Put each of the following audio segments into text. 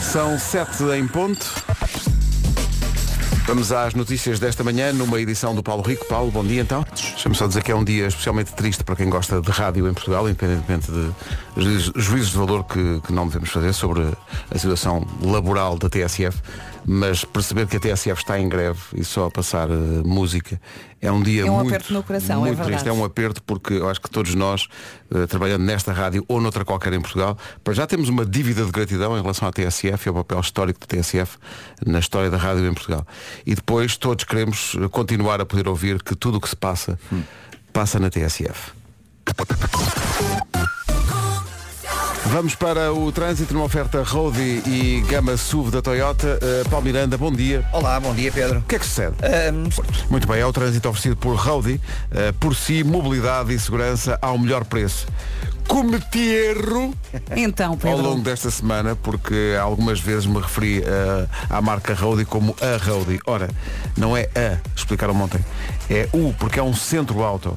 São sete em ponto. Vamos às notícias desta manhã, numa edição do Paulo Rico. Paulo, bom dia então. Deixa-me só dizer que é um dia especialmente triste para quem gosta de rádio em Portugal, independentemente de ju- juízos de valor que, que não devemos fazer sobre a situação laboral da TSF, mas perceber que a TSF está em greve e só a passar eh, música é um dia É um muito, aperto no coração, é muito verdade. triste. É um um aperto porque eu acho que todos nós, eh, trabalhando nesta rádio ou noutra qualquer em Portugal, para já temos uma dívida de gratidão em relação à TSF e ao é papel histórico da TSF na história da rádio em Portugal. E depois todos queremos eh, continuar a poder ouvir que tudo o que se passa, passa na TSF. Vamos para o trânsito numa oferta Roadie e gama SUV da Toyota. Eh, Paulo Miranda, bom dia. Olá, bom dia Pedro. O que é que sucede? Ahm, Muito bem, é o trânsito oferecido por Roadie. Eh, por si, mobilidade e segurança ao melhor preço. Cometi erro Então, ao Pedro. longo desta semana, porque algumas vezes me referi eh, à marca Roadie como a Roadie. Ora, não é a, explicaram ontem. É o, porque é um centro auto.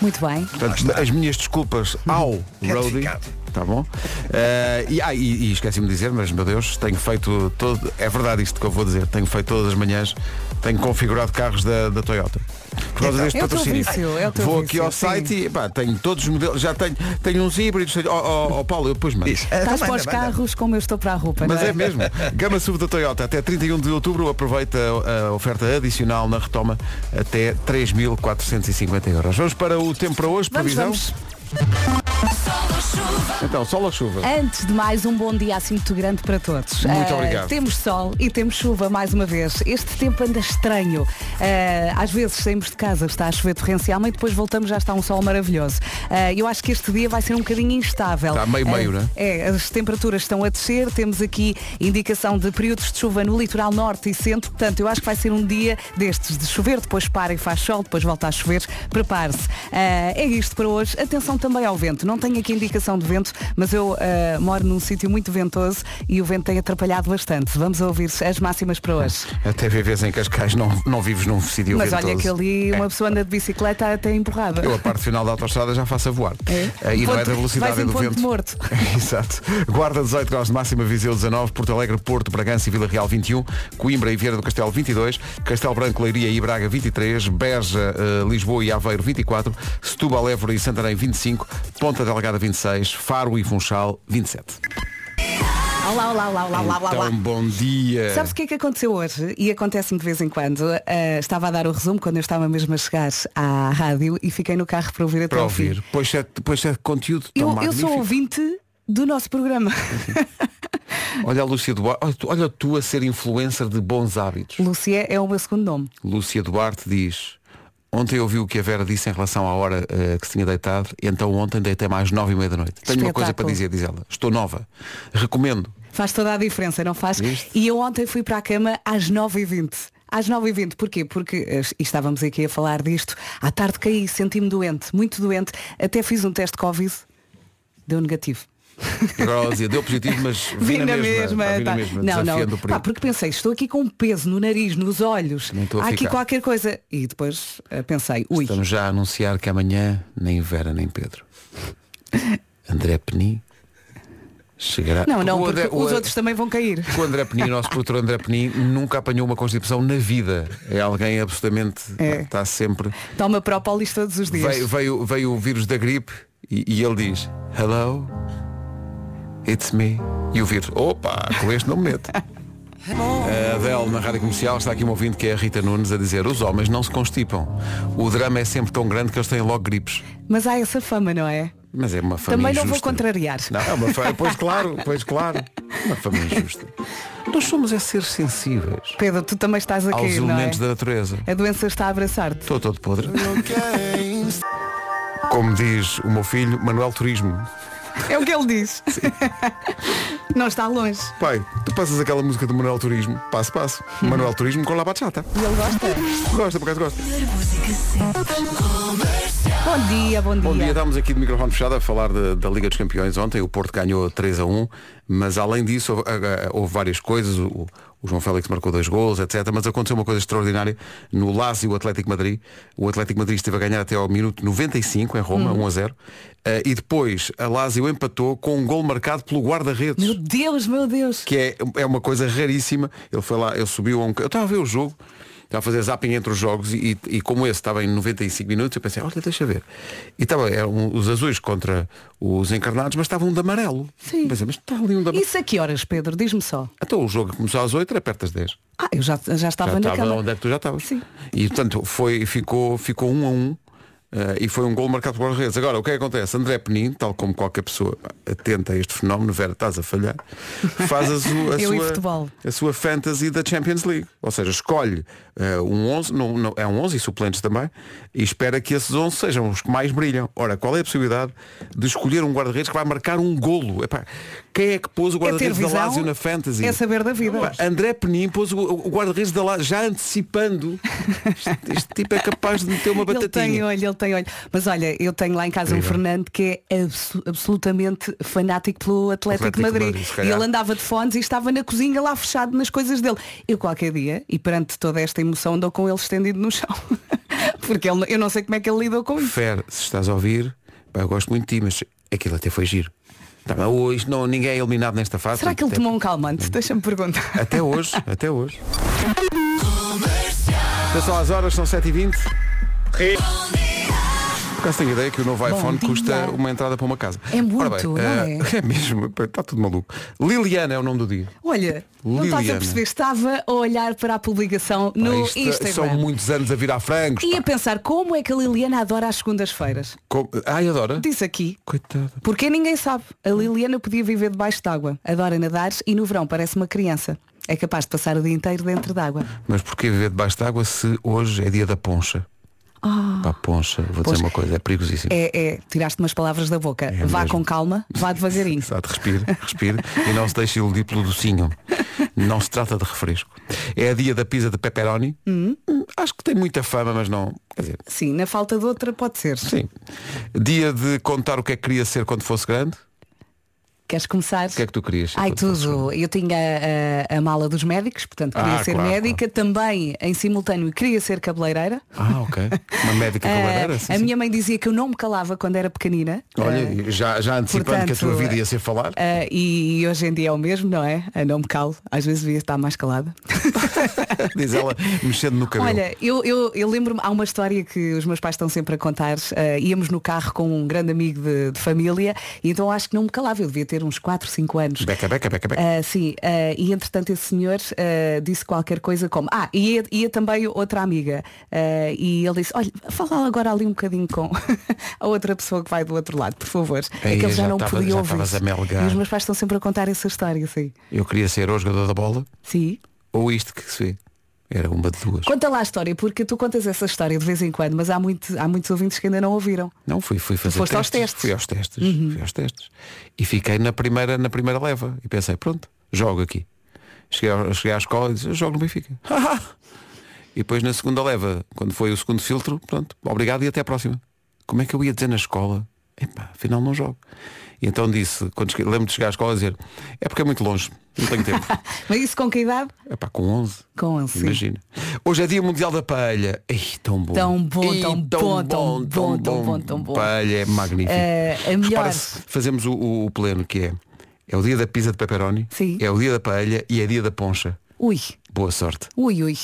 Muito bem. Portanto, as minhas Uhum. desculpas ao Roadie. Ratificado. Tá bom? Eh, e ah, e- e esqueci-me de dizer, mas meu Deus, tenho feito todo. É verdade isto que eu vou dizer, tenho feito todas as manhãs, tenho configurado carros da, da Toyota. Por causa deste É o teu patrocínio. vício, é o teu vou vício, aqui ao sim. site e pá, tenho todos os modelos, já tenho, tenho uns híbridos, tenho, oh, oh, oh, Paulo, eu depois mando. diz. Ah, Estás manda, para os manda. carros como eu estou para a roupa. Mas não é mesmo. Gama SUV da Toyota até 31 de outubro aproveita a oferta adicional na retoma até 3.450 euros. Vamos para o tempo para hoje, Vamos, previsão? vamos. Então, sol ou chuva? Antes de mais, um bom dia assim muito grande para todos. Muito Ah, obrigado. Temos sol e temos chuva mais uma vez. Este tempo anda estranho. Ah, às vezes saímos de casa, está a chover torrencialmente, depois voltamos, já está um sol maravilhoso. Ah, eu acho que este dia vai ser um bocadinho instável. Está meio-meio, Ah, não é? É, as temperaturas estão a descer, temos aqui indicação de períodos de chuva no litoral norte e centro, portanto eu acho que vai ser um dia destes de chover, depois para e faz sol, depois volta a chover, prepare-se. Ah, é isto para hoje, atenção também ao vento, não tenho aqui indicação de vento, mas eu ah, moro num sítio muito ventoso e o vento tem atrapalhado bastante. Vamos ouvir as máximas para hoje. Até vives em Cascais, não, não vives num sítio É. mas ventoso. olha que ali É. uma pessoa anda de bicicleta até emburrada. Eu a parte final da autostrada já faço a voar. Eh, E não é Ponto- da velocidade, vais em é do ponto vento. morto. Exato. Guarda 18 graus de máxima, Viseu 19, Porto Alegre, Porto, Bragança e Vila Real 21, Coimbra e Vieira do Castelo 22, Castelo Branco, Leiria e Braga 23, Beja, eh, Lisboa e Aveiro 24, Setúbal, Évora e Santarém 25, Ponta Delgada 26, Faro e Funchal 27. Olá, olá, olá, olá, olá, olá, olá. Então, bom dia. Sabes o que é que aconteceu hoje? E acontece-me de vez em quando. Ah, estava a dar o resumo quando eu estava mesmo a chegar à rádio e fiquei no carro para ouvir até Para ao fim. ouvir. Pois é, pois é conteúdo tão um Eu, eu magnífico. sou ouvinte do nosso programa. Olha a Lúcia Duarte, olha tu, olha tu a ser influencer de bons hábitos. Lúcia é o meu segundo nome. Lúcia Duarte diz, ontem eu vi o que a Vera disse em relação à hora eh, que se tinha deitado, e então ontem deitei mais nove e meia da noite. Tenho uma coisa para Espetáculo. dizer, diz ela. Estou nova. Recomendo. Faz toda a diferença, não faz? Viste? E eu ontem fui para a cama às 9h20. Às 9h20, porquê? Porque eh, e estávamos aqui a falar disto. À tarde caí, senti-me doente, muito doente. Até fiz um teste de Covid, deu negativo. E agora ela dizia, deu positivo, mas Vi na mesma, pá, vi na tá. mesma, não, não. desafiando o perigo. Pá, porque pensei, estou aqui com um peso no nariz, nos olhos, Também estou a há aqui ficar. qualquer coisa. E depois eh, pensei, ui, Estamos já a anunciar que amanhã nem Vera nem Pedro. André Peni chegará. não, não, O porque André- é o- os outros também vão cair. O André Penin, o nosso produtor André Penin, nunca apanhou uma constipação na vida. É alguém absolutamente. É. Está sempre. Toma própolis todos os dias. Veio, veio, veio o vírus da gripe e, e ele diz: Hello, it's me. E o vírus: Opa, com este não me meto. A Adele na rádio comercial está aqui um ouvinte que é a Rita Nunes a dizer: Os homens não se constipam. O drama é sempre tão grande que eles têm logo gripes. Mas há essa fama, não é? Mas é uma família Também não vou injusta. contrariar. Não, é uma família, pois claro, pois claro. Uma família injusta. Nós somos é seres sensíveis. Pedro, tu também estás aos aqui, não é? elementos da natureza. A doença está a abraçar-te. Estou todo podre. Como diz o meu filho, Manuel Turismo. É o que ele diz. não está longe. Pai, tu passas aquela música do Manuel Turismo, passo, passo. Manuel Turismo com la bachata. E ele gosta. Gosta, por acaso gosta. Bom dia, bom dia. Bom dia, estávamos aqui de microfone fechado a falar da, da Liga dos Campeões ontem. O Porto ganhou 3 a 1, mas além disso houve, ah, ah, houve várias coisas. O, o João Félix marcou dois gols, etc. Mas aconteceu uma coisa extraordinária no Lazio Atlético Madrid. O Atlético Madrid esteve a ganhar até ao minuto 95 em Roma, Hum. 1 a 0. Ah, e depois a Lazio empatou com um gol marcado pelo guarda-redes Meu Deus, meu Deus. que é, é uma coisa raríssima. Ele foi lá, ele subiu a um. ca- Eu estava a ver o jogo, estava a fazer zapping entre os jogos e, e como esse estava em 95 minutos, eu pensei, olha, deixa ver. E estava, eram os azuis contra os encarnados, mas estava um de amarelo. Sim. Pensei, mas está ali um de amarelo. Isso a que horas, Pedro? Diz-me só. Então o jogo começou às 8, era perto das 10. Ah, eu já, já estava já na estava cama. onde é que tu já estavas. Sim. E portanto foi, ficou, ficou um a um. eh, e foi um gol marcado por redes. Agora, o que é que acontece? André Penin, tal como qualquer pessoa atenta a este fenómeno, Vera, estás a falhar, faz a, su- a Eu e sua, futebol. a sua fantasy da Champions League. Ou seja, escolhe eh, um 11, não, não- é um 11 e suplentes também, e espera que esses 11 sejam os que mais brilham. Ora, qual é a possibilidade de escolher um guarda-redes que vai marcar um golo? Epá, quem é que pôs o É ter guarda-redes da visão, Lazio na fantasy? é saber da vida. Pá, André Penin pôs o, o guarda-redes da lá já antecipando. Este, este tipo é capaz de meter uma Ele tem batatinha. olho, ele tem olho. Mas olha, eu tenho lá em casa um Incrível. Fernando que é abso- absolutamente fanático pelo Atlético, Atlético de Madrid. Madrid, se e calhar. ele andava de fones e estava na cozinha lá fechado nas coisas dele. Eu qualquer dia, e perante toda esta emoção, andou com ele estendido no chão. Porque ele- eu não sei como é que ele lidou com isso. Fer, se estás a ouvir, pá, eu gosto muito de ti, mas aquilo até foi giro. Tá, mas hoje não, ninguém é eliminado nesta fase. Será que ele Até- tomou um calmante? Deixa-me perguntar. é Uhum. Até hoje, até hoje. Atenção às horas, são 7h20. Por acaso tenho ideia que o novo Bom iPhone dia. custa uma entrada para uma casa. É muito, Ora bem, não eh, é mesmo, pá, está tudo maluco. Liliana é o nome do dia. Olha, não estás a Liliana. perceber, estava a olhar para a publicação Pá, no isto- é- São Instagram. muitos anos a virar frangos. E pá. a pensar como é que a Liliana adora as segundas-feiras. Com... Ai, adora? Diz aqui Coitada. Porque ninguém sabe. A Liliana podia viver debaixo d'água. Adora nadar e no verão parece uma criança. É capaz de passar o dia inteiro dentro d'água. Mas porquê viver debaixo d'água se hoje é dia da poncha? Pá, poncha, vou dizer Poncha. uma coisa, é perigosíssimo. É, é, tiraste umas palavras da boca. vá É mesmo. com calma, vá devagarinho. Exato, respire, respire e não se deixe iludir pelo docinho. Não se trata de refresco. É a dia da pizza de pepperoni. Hum, Acho que tem muita fama, mas não. Quer dizer, Sim, na falta de outra pode ser. sim. Dia de contar o que é que queria ser quando fosse grande. Queres começar? O que é que tu querias? ser Ai, quando fosses grande? tudo. Eu tinha ah, a, a- a mala dos médicos, portanto queria Ah, ser claro, médica. Também, em simultâneo, queria ser cabeleireira. Ah, ok. Uma médica cabeleireira. Ah, sim, a sim. minha mãe dizia que eu não me calava quando era pequenina. Ah, Olha, já, já antecipando que a tua portanto, vida ia ser falar. Ah, e hoje em dia é o mesmo, não é? Eu não me calo. Às vezes devia estar mais calada. Diz ela, mexendo no cabelo. Olha, eu, eu, eu lembro-me, há uma história que os meus pais estão sempre a contar. Ah, íamos no carro com um grande amigo de, de família e então acho que não me calava. Eu devia ter uns 4, 5 anos. Beca, beca, beca, beca. Ah, sim, ah, e entretanto esse senhor ah, disse qualquer coisa como. Ah, e ia, ia também outra amiga. Ah, e ele disse, olha, fala agora ali um bocadinho com a outra pessoa que vai do outro lado, por favor. Aí é que ele já, já não tava- podia já ouvir. tavas a melgar. E os meus pais estão sempre a contar essa história, sim. Eu queria ser ou jogador da bola Sim. ou isto que se vê. Era uma de duas. Conta lá a história, porque tu contas essa história de vez em quando, mas há, muito, há muitos ouvintes que ainda não ouviram. Não, fui, fui fazer Foste testes. aos testes. Fui aos testes. Fui aos testes. E fiquei na primeira, na primeira leva. E pensei, pronto, jogo aqui. Cheguei, ao- cheguei à escola e disse, eu jogo no Benfica. e depois na segunda leva, quando foi o segundo filtro, pronto, obrigado e até à próxima. Como é que eu ia dizer na escola? Epá, afinal não jogo. E então disse, quando cheguei- lembro de chegar à escola e dizer, é porque é muito longe, não tenho tempo. Mas isso com que idade? Epá, com 11. Com 11. sim. Imagina. Hoje é dia mundial da paella. Ei, tão bom. Tão bom, Ei, tão bom, tão bom, tão bom, tão bom. Paella é magnífico. Eh, a melhor. Repara-se, Fazemos o, o- o pleno que é. É o dia da pizza de pepperoni, Sim. é o dia da paella e é dia da poncha. Ui, Boa sorte. ui, ui.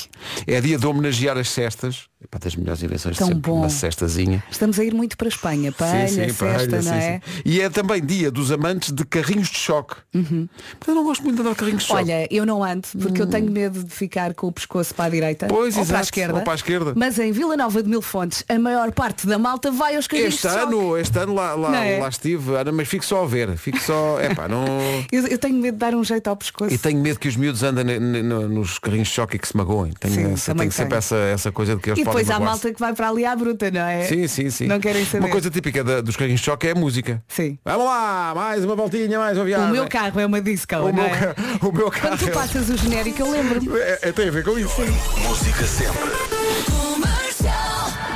É dia de homenagear as cestas. Epá, das melhores invenções Tão de sempre. bom. Uma cestazinha. Estamos a ir muito para a Espanha, Sim, para sim, sexta, paella, não sim, é? sim. E é também dia dos amantes de carrinhos de choque. Mas eu não gosto muito de andar de carrinhos de choque. Olha, eu não ando, porque eu tenho medo de ficar com o pescoço para a direita Pois, ou, para a exato, esquerda. ou para a esquerda. Mas em Vila Nova de Mil Fontes, a maior parte da malta vai aos carrinhos Este de choque. ano, este ano lá, lá, Não é? lá estive, Ana, mas fico só a ver, fico só, epá, não. Eu, eu tenho medo de dar um jeito ao pescoço. E tenho medo que os miúdos andem ne- ne- no- nos carrinhos de choque e que se magoem. Tenho, Sim, essa, também tenho sempre tenho. essa, essa coisa de que eles E podem depois há magoar-se. malta que vai para ali à bruta, não é? Sim, sim, sim. Não querem saber. Uma coisa típica da- dos carrinhos de choque é a música. Sim. Vamos lá, mais uma voltinha, mais uma viagem. O meu carro é uma disco, O não meu, é? ca- o meu carro. um- Quando tu passas o genérico, eu lembro-me. É, é- tem a ver com isso. Música sempre.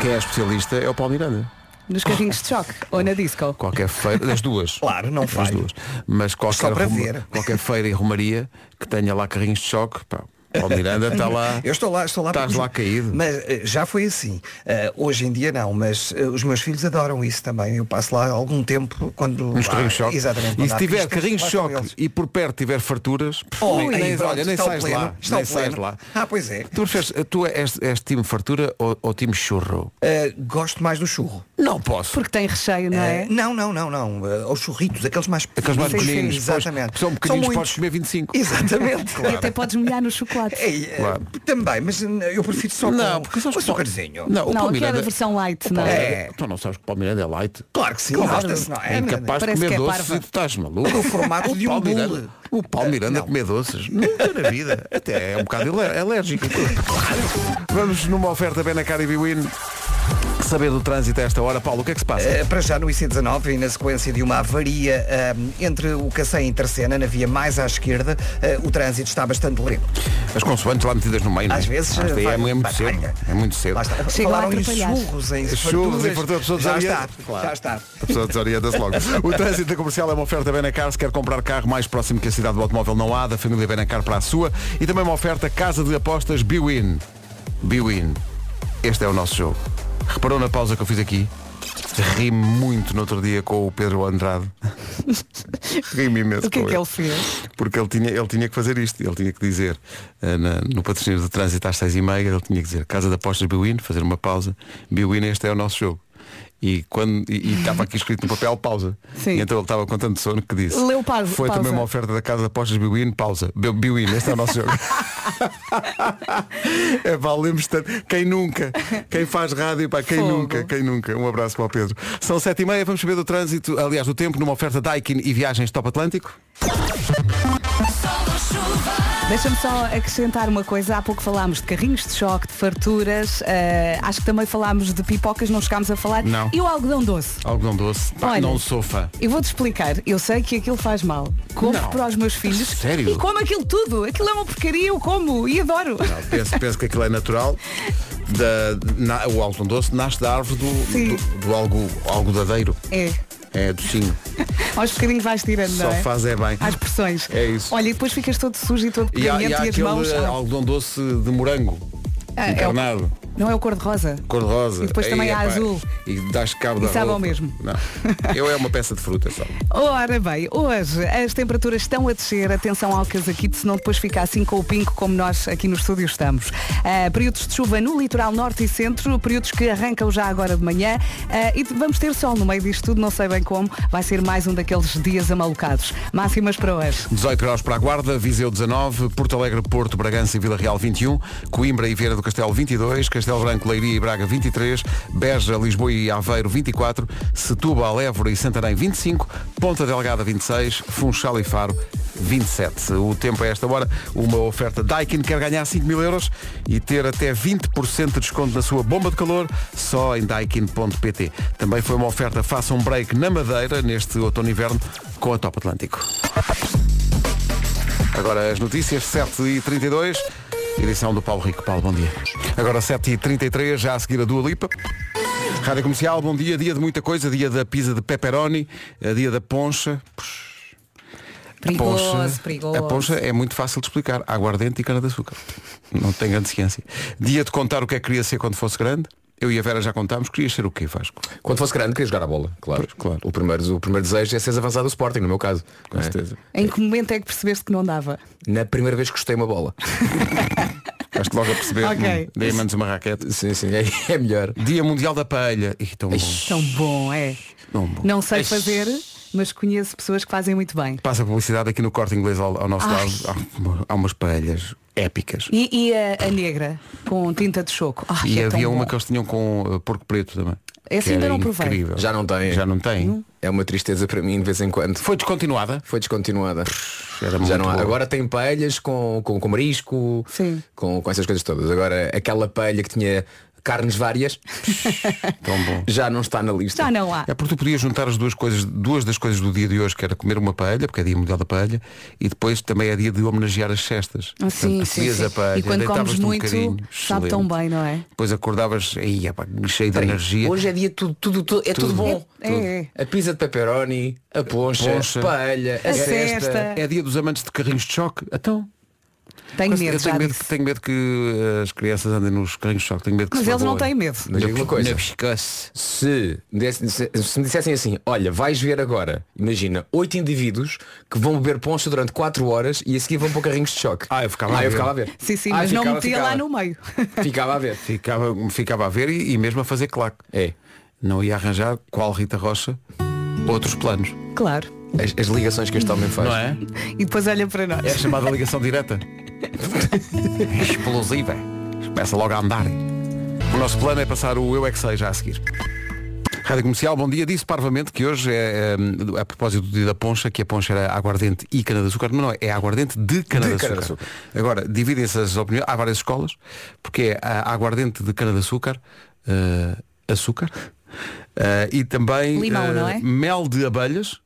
Quem é especialista é o Paulo Miranda. Nos carrinhos de choque ou na disco. Qualquer feira, das duas. Claro, não As falho. duas. Mas qualquer, Só para roma- ver. qualquer feira e romaria que tenha lá carrinhos de choque, pá, Paulo Miranda está lá. Eu estou lá, estou lá. Estás porque- lá caído. Mas eh, já foi assim. Eh, hoje em dia não, mas eh, os meus filhos adoram isso também. Eu passo lá algum tempo quando. Nos Ah, carrinhos Um de choque. Exatamente. E quando se há tiver pistas, carrinhos de lá estão choque eles. e por perto tiver farturas, Oh, nem, aí, nem- pronto, olha, nem está o sais pleno, lá. está Nem o sais pleno. lá. Ah, pois é. Tu, preferes- tu és, és time fartura ou, ou time churro? Eh, gosto mais do churro. Não posso. Porque tem recheio, não é? Eh, não, não, não, não. Eh, aos churritos, aqueles mais Aqueles mais Sim, sim. pequeninos. pois, Exatamente. que São pequeninos, podes muitos. comer 25. Exatamente. E até podes molhar no chocolate. Ei, eh, é. Claro. Também, mas eh, eu prefiro só Não, com, porque com sabes que- açúcarzinho. Não, o Não, Paulo que era Miranda- a versão light, o Paulo não é? Miranda- Tu não sabes que o Paulo Miranda é light. Claro que sim, gosta-se, não É, é? incapaz de Parece comer que é doces parva. e tu estás maluco. No formato O de um Paulo bule. É, Miranda- O Paulo Miranda comer doces. Nunca na vida. Até é um bocado alé- alérgico. Vamos numa oferta Benacar e Biwin. Saber do trânsito a esta hora. Paulo, o que é que se passa? Eh, Para já no IC19 e na sequência de uma avaria eh, entre o Cacém e Terceira, na via mais à esquerda, eh, o trânsito está bastante lento. As consoantes lá metidas no meio. não é? Às vezes. Mas eh, daí é, vai- muito vai- cedo. É muito cedo. Lá A está. Chega lá Falaram em atrapalhar. churros, em Churros, em farturas, pessoas Já está, desorientam. Claro. já está. pessoa desorienta-se logo. O trânsito da comercial é uma oferta Benacar. Se quer comprar carro mais próximo que a cidade do automóvel não há, da família Benacar para a sua. E também uma oferta Casa de Apostas Biwin. Biwin. Este é o nosso jogo. Reparou na pausa que eu fiz aqui? Ri muito no outro dia com o Pedro Andrade. Ri-me imenso. O que é com que ele fez? porque ele tinha, ele tinha que fazer isto, ele tinha que dizer eh, na- no patrocínio de trânsito às seis e meia, ele tinha que dizer Casa de Apostas Biwin, fazer uma pausa, Biwin este é o nosso jogo. E quando e e estava aqui escrito no papel pausa. Sim. E então ele estava com tanto sono que disse. Leu pa- Foi pausa. também uma oferta da Casa de Apostas Biwin, pausa. Bi- Biwin, este é o nosso jogo. é pá, lemos tanto. Quem nunca? Quem faz rádio, pá, quem Fogo. nunca? Quem nunca? Um abraço para o Pedro. São sete e meia, vamos saber do trânsito, aliás, do tempo, numa oferta Daikin e viagens Top Atlântico. Deixa-me só acrescentar uma coisa. Há pouco falámos de carrinhos de choque, de farturas. eh, acho que também falámos de pipocas, não chegámos a falar. Não. E o algodão doce? Algodão doce. Pá, Olha. não sou fã. Eu vou-te explicar. Eu sei que aquilo faz mal. Compro Não. para os meus filhos. Sério? E como aquilo tudo. Aquilo é uma porcaria, eu como e adoro. Penso, penso que aquilo é natural. Da, na- o algodão doce nasce da árvore do, Sim. do, do algo, algodadeiro. É. É docinho. Aos bocadinhos vais tirando, Só não é? faz é bem. Às pressões. É isso. Olha, e depois ficas todo sujo e todo E há, pequenito e e, há as aquele mãos. eh, algodão doce de morango. Ah, é o- encarnado. Não é o cor-de-rosa? Cor-de-rosa. E depois também Aí, há epá, azul. E das cabo da E sabe ao roupa. mesmo. Não. Eu é uma peça de fruta só. Ora bem, hoje as temperaturas estão a descer, atenção ao casaquito, senão depois fica assim com o pinco como nós aqui no estúdio estamos. Ah, períodos de chuva no litoral norte e centro, períodos que arrancam já agora de manhã ah, e vamos ter sol no meio disto tudo, não sei bem como, vai ser mais um daqueles dias amalucados. Máximas para hoje. 18 graus para a Guarda, Viseu 19, Porto Alegre, Porto, Bragança e Vila Real 21, Coimbra e Vieira do Castelo 22, Castelo Branco, Leiria e Braga 23, Beja, Lisboa e Aveiro 24, Setúbal, Évora e Santarém 25, Ponta Delgada 26, Funchal e Faro 27. O tempo é esta hora, uma oferta Daikin quer ganhar 5 mil euros e ter até 20% de desconto na sua bomba de calor só em daikin.pt. Também foi uma oferta faça um break na Madeira neste outono e inverno com a Top Atlântico. Agora as notícias, 7h32, edição do Paulo Rico. Paulo, bom dia. Agora 7h33, já a seguir a Dua Lipa. Rádio Comercial, bom dia, dia de muita coisa, dia da pizza de pepperoni, eh, dia da poncha. Perigoso, poncha- perigoso. A poncha é muito fácil de explicar, aguardente e cana de açúcar. Não tem grande ciência. Dia de contar o que é que queria ser quando fosse grande. Eu e a Vera já contámos, querias ser o quê, Vasco? Quando fosse grande, queria jogar a bola, claro. Pois, claro. O, primeiro, o primeiro desejo é seres avançado do Sporting, no meu caso. não é? Em que momento é que percebeste que não dava? Na primeira vez que gostei uma bola. Acho que logo a perceber, Ok. hum, dei menos uma raquete. sim, sim, é, é melhor. Dia Mundial da Paelha. Ih, tão bom. Tão bom, é. Tão bom. Não sei fazer, mas conheço pessoas que fazem muito bem. Passa a publicidade aqui no corte inglês ao, ao nosso Ai. lado. Há, uma- há umas paelhas épicas. E, e a, a negra, com tinta de choco. Ai, E é tão havia uma bom. que eles tinham com uh, porco preto também. Essa Que ainda era não provei. incrível. Já não tem. Já não tem. É uma tristeza para mim de vez em quando. Foi descontinuada. Foi descontinuada. Era Já muito não há. boa. Agora tem palhas com, com, com marisco, Sim. com, com essas coisas todas. Agora aquela palha que tinha carnes várias, Tão bom. já não está na lista. Já não há. É porque tu podias juntar as duas coisas, duas das coisas do dia de hoje, que era comer uma paella, porque é dia mundial da paella, e depois também é dia de homenagear as cestas. Ah, sim, Portanto, sim, comias sim. a paella, E quando comes deitavas-te um muito, bocadinho, sabe excelente. tão bem, não é? Depois acordavas, aí, epá, cheio de Peraí, energia. Hoje é dia tudo, tudo, tudo- é tudo, Tudo. bom. É, é, é. A pizza de pepperoni, a poncha, Poncha. a paella, a, A cesta. cesta. É dia dos amantes de carrinhos de choque. Então, Tenho mas medo, eu tenho já medo, disse. que, tenho medo que eh, as crianças andem nos carrinhos de choque. Tenho medo que Mas se eles não magoem. têm medo. Mas digo uma coisa. Na pescoço. Se, desse- se- se me dissessem assim, olha, vais ver agora, imagina, oito indivíduos que vão beber poncha durante 4 horas e a seguir vão para carrinhos de choque. Ah, eu ficava a ah, eu ver. ficava a ver. Sim, sim, Ah, mas não ficava, metia ficava. lá no meio. Ficava a ver. um- Ficava, ficava a ver e, e mesmo a fazer claque. É. Não ia arranjar, qual Rita Rocha, outros planos. Claro. As, as ligações que este homem faz. Não é? E depois olha para nós. É a chamada ligação direta. É Explosiva. Começa logo a andar. O nosso plano é passar o Eu É Que Sei já a seguir. Rádio Comercial, bom dia. Disse parvamente que hoje é, é, a propósito do dia da poncha, que a poncha era aguardente e cana-de-açúcar, mas não, é aguardente de cana-de-açúcar. cana-de-açúcar. Agora, dividem-se as opiniões, há várias escolas, porque é a aguardente de cana-de-açúcar, eh, açúcar, eh, e também Limão, eh, não é? mel de abelhas,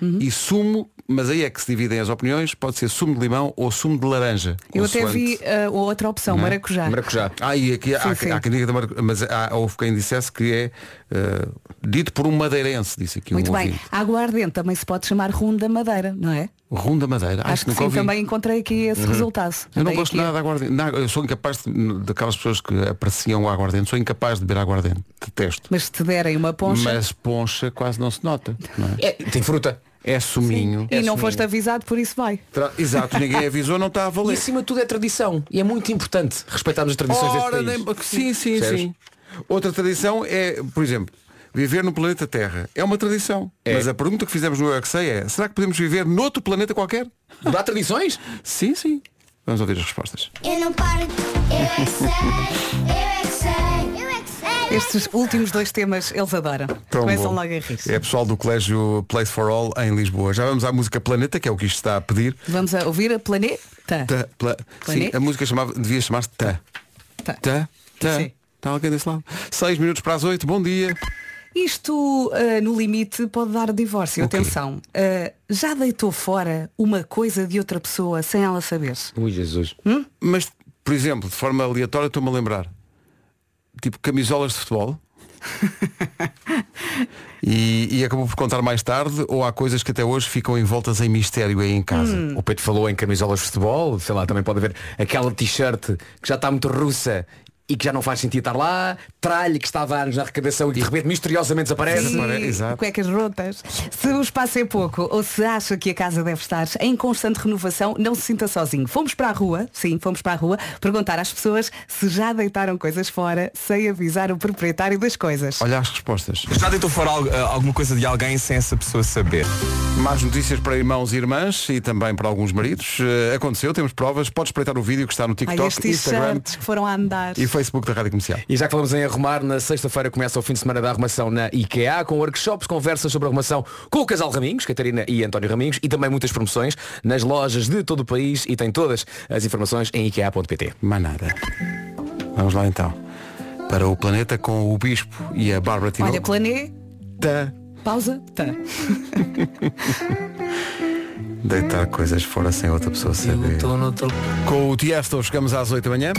Uhum. e sumo, mas aí é que se dividem as opiniões, pode ser sumo de limão ou sumo de laranja. Eu até vi consoante. ah, outra opção, é? maracujá. Maracujá. Ah, e aqui há, Sim, há sim. quem diga da marca- mas há, houve quem dissesse que é eh, dito por um madeirense, disse aqui Muito um bem. ouvinte. Aguardente também se pode chamar rum da madeira, não é? Rum da Madeira, acho, Acho que nunca sim, ouvi. Uhum. também encontrei aqui esse resultado. Eu não Também gosto aqui. é. nada de aguardente. Não, eu sou incapaz de, daquelas pessoas que apreciam o aguardente, sou incapaz de beber aguardente, detesto. Mas se te derem uma poncha Mas poncha quase não se nota. não é? É, tem fruta. É suminho. e É não suminho. foste avisado, por isso vai. Tra- Exato, ninguém avisou, não está a E valer. acima de tudo é tradição. E é muito importante respeitarmos as tradições Ora, deste nem- país. Sim, sim, Percebes? sim. Outra tradição é, por exemplo, viver no planeta Terra. É uma tradição. Mas a pergunta que fizemos no Eu É Que Sei é, será que podemos viver noutro planeta qualquer? Dá tradições? Sim, sim. Vamos ouvir as respostas. Eu não paro. Eu é que sei, eu é que sei, eu é que sei. Estes últimos dois temas eles adoram. Tão Começam bom. logo a rir. É pessoal do Colégio Place for All em Lisboa. Já vamos à música Planeta, que é o que isto está a pedir. Vamos a ouvir a planeta. Ta, pla- Sim, Planeta? a música chamava, devia chamar-se Ta. Tá. Ta. Ta. Sim. Está alguém desse lado? Seis minutos para as oito. Bom dia. Isto, ah, no limite, pode dar divórcio. O quê? Atenção. Ah, já deitou fora uma coisa de outra pessoa sem ela saber? Ui, Jesus. Hum? Mas, por exemplo, de forma aleatória, estou-me a lembrar. Tipo, camisolas de futebol. e, e acabou por contar mais tarde, ou há coisas que até hoje ficam envoltas em mistério aí em casa. Hum. O Pedro falou em camisolas de futebol, sei lá, também pode haver aquela t-shirt que já está muito russa e que já não faz sentido estar lá, tralho que estava há anos na arrecadação e que de repente misteriosamente desaparece. Sim, parece, exato. cuecas rotas. Se o espaço é pouco ou se acha que a casa deve estar em constante renovação, não se sinta sozinho. Fomos para a rua, sim, fomos para a rua, perguntar às pessoas se já deitaram coisas fora sem avisar o proprietário das coisas. Olha as respostas. Já tentou fora algo- ah, alguma coisa de alguém sem essa pessoa saber? Mais notícias para irmãos e irmãs e também para alguns maridos. Eh, aconteceu, temos provas. Podes espreitar o vídeo que está no Ai, TikTok, estes é Instagram t-shirts que foram a andar. e Facebook da Rádio Comercial. E já que falamos em arrumar, na sexta-feira começa o fim de semana da arrumação na IKEA, com workshops, conversas sobre arrumação com o casal Raminhos, Catarina e António Raminhos, e também muitas promoções nas lojas de todo o país e tem todas as informações em IKEA.pt. Mais nada. Vamos lá então. Para o planeta com o Bispo e a Bárbara Olha, Tinoco. planê, Tá. pausa, tá. Deitar coisas fora sem outra pessoa saber. Com o Tiesto chegamos às 8 da manhã.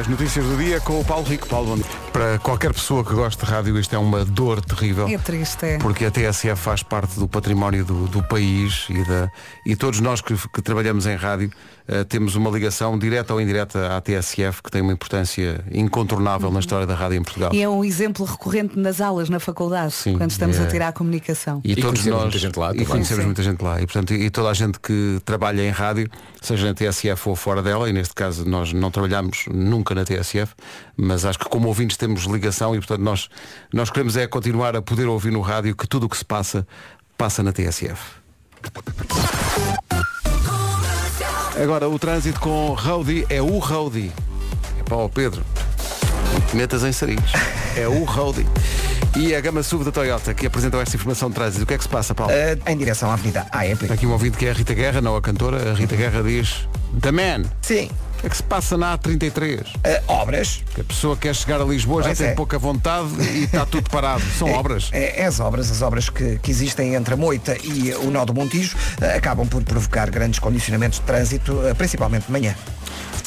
As notícias do dia com o Paulo Rico. Paulo, bom dia. para qualquer pessoa que goste de rádio, isto é uma dor terrível. É triste, é. Porque a TSF faz parte do património do, do país e, da, e todos nós que, que trabalhamos em rádio eh, temos uma ligação direta ou indireta à TSF que tem uma importância incontornável na história da rádio em Portugal. E é um exemplo recorrente nas aulas na faculdade, Sim, quando estamos é. a tirar a comunicação. E, todos conhecemos nós muita gente lá e também. conhecemos Sim. muita gente lá. E, portanto, e toda a gente que trabalha em rádio, seja na TSF ou fora dela, e neste caso nós não trabalhamos nunca na TSF, mas acho que como ouvintes temos ligação e portanto nós, nós queremos é continuar a poder ouvir no rádio que tudo o que se passa, passa na TSF. Agora o trânsito com Rowdy é o Rowdy. É para o Pedro. Não te Metas em sarinhos. É o Rowdy. E a gama SUV da Toyota que apresentam esta informação de trânsito. O que é que se passa, Paulo? Ah, em direção à Avenida AEP. Está aqui um ouvido que é a Rita Guerra, não a cantora. A Rita Guerra diz The Man. Sim, que é que se passa na A33? Eh, obras. Que a pessoa quer chegar a Lisboa, já Pois tem é. pouca vontade e está tudo parado. São obras. É, as obras, as obras que, que existem entre a Moita e o nó do Montijo, eh, acabam por provocar grandes condicionamentos de trânsito, eh, principalmente de manhã.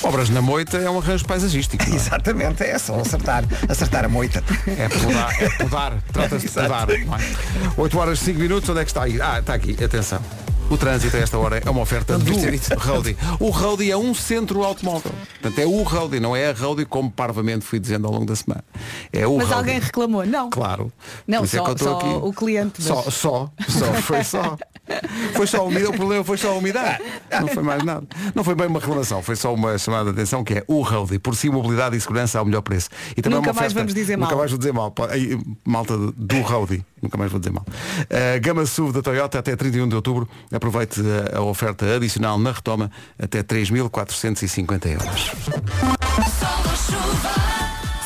Obras na moita é um arranjo paisagístico. não é? Exatamente, é só acertar, acertar a Moita. É podar, é podar. Trata-se de Exato. podar. Não é? 8 horas e 5 minutos, onde é que está aí? Ah, está aqui, atenção. O trânsito a esta hora é uma oferta do Roadie. O Roadie é um centro automóvel. Portanto, é o Roadie, não é a Roadie como parvamente fui dizendo ao longo da semana. É o Mas Roadie. alguém reclamou, não. Claro. Não, Por isso é só- que eu estou só aqui. o cliente, mas- Só, só, só, foi só. Foi só a umidade, o problema foi só a umidade. Não foi mais nada. Não foi bem uma reclamação, foi só uma chamada de atenção que é o Roadie. Por si, mobilidade e segurança ao melhor preço. E também é Nunca uma mais oferta- vamos dizer Nunca mal. mais vou dizer mal. Pá, aí, Malta do Roadie. Nunca mais vou dizer mal. A gama SUV da Toyota até 31 de outubro. Aproveite a, a oferta adicional na retoma até 3.450 euros.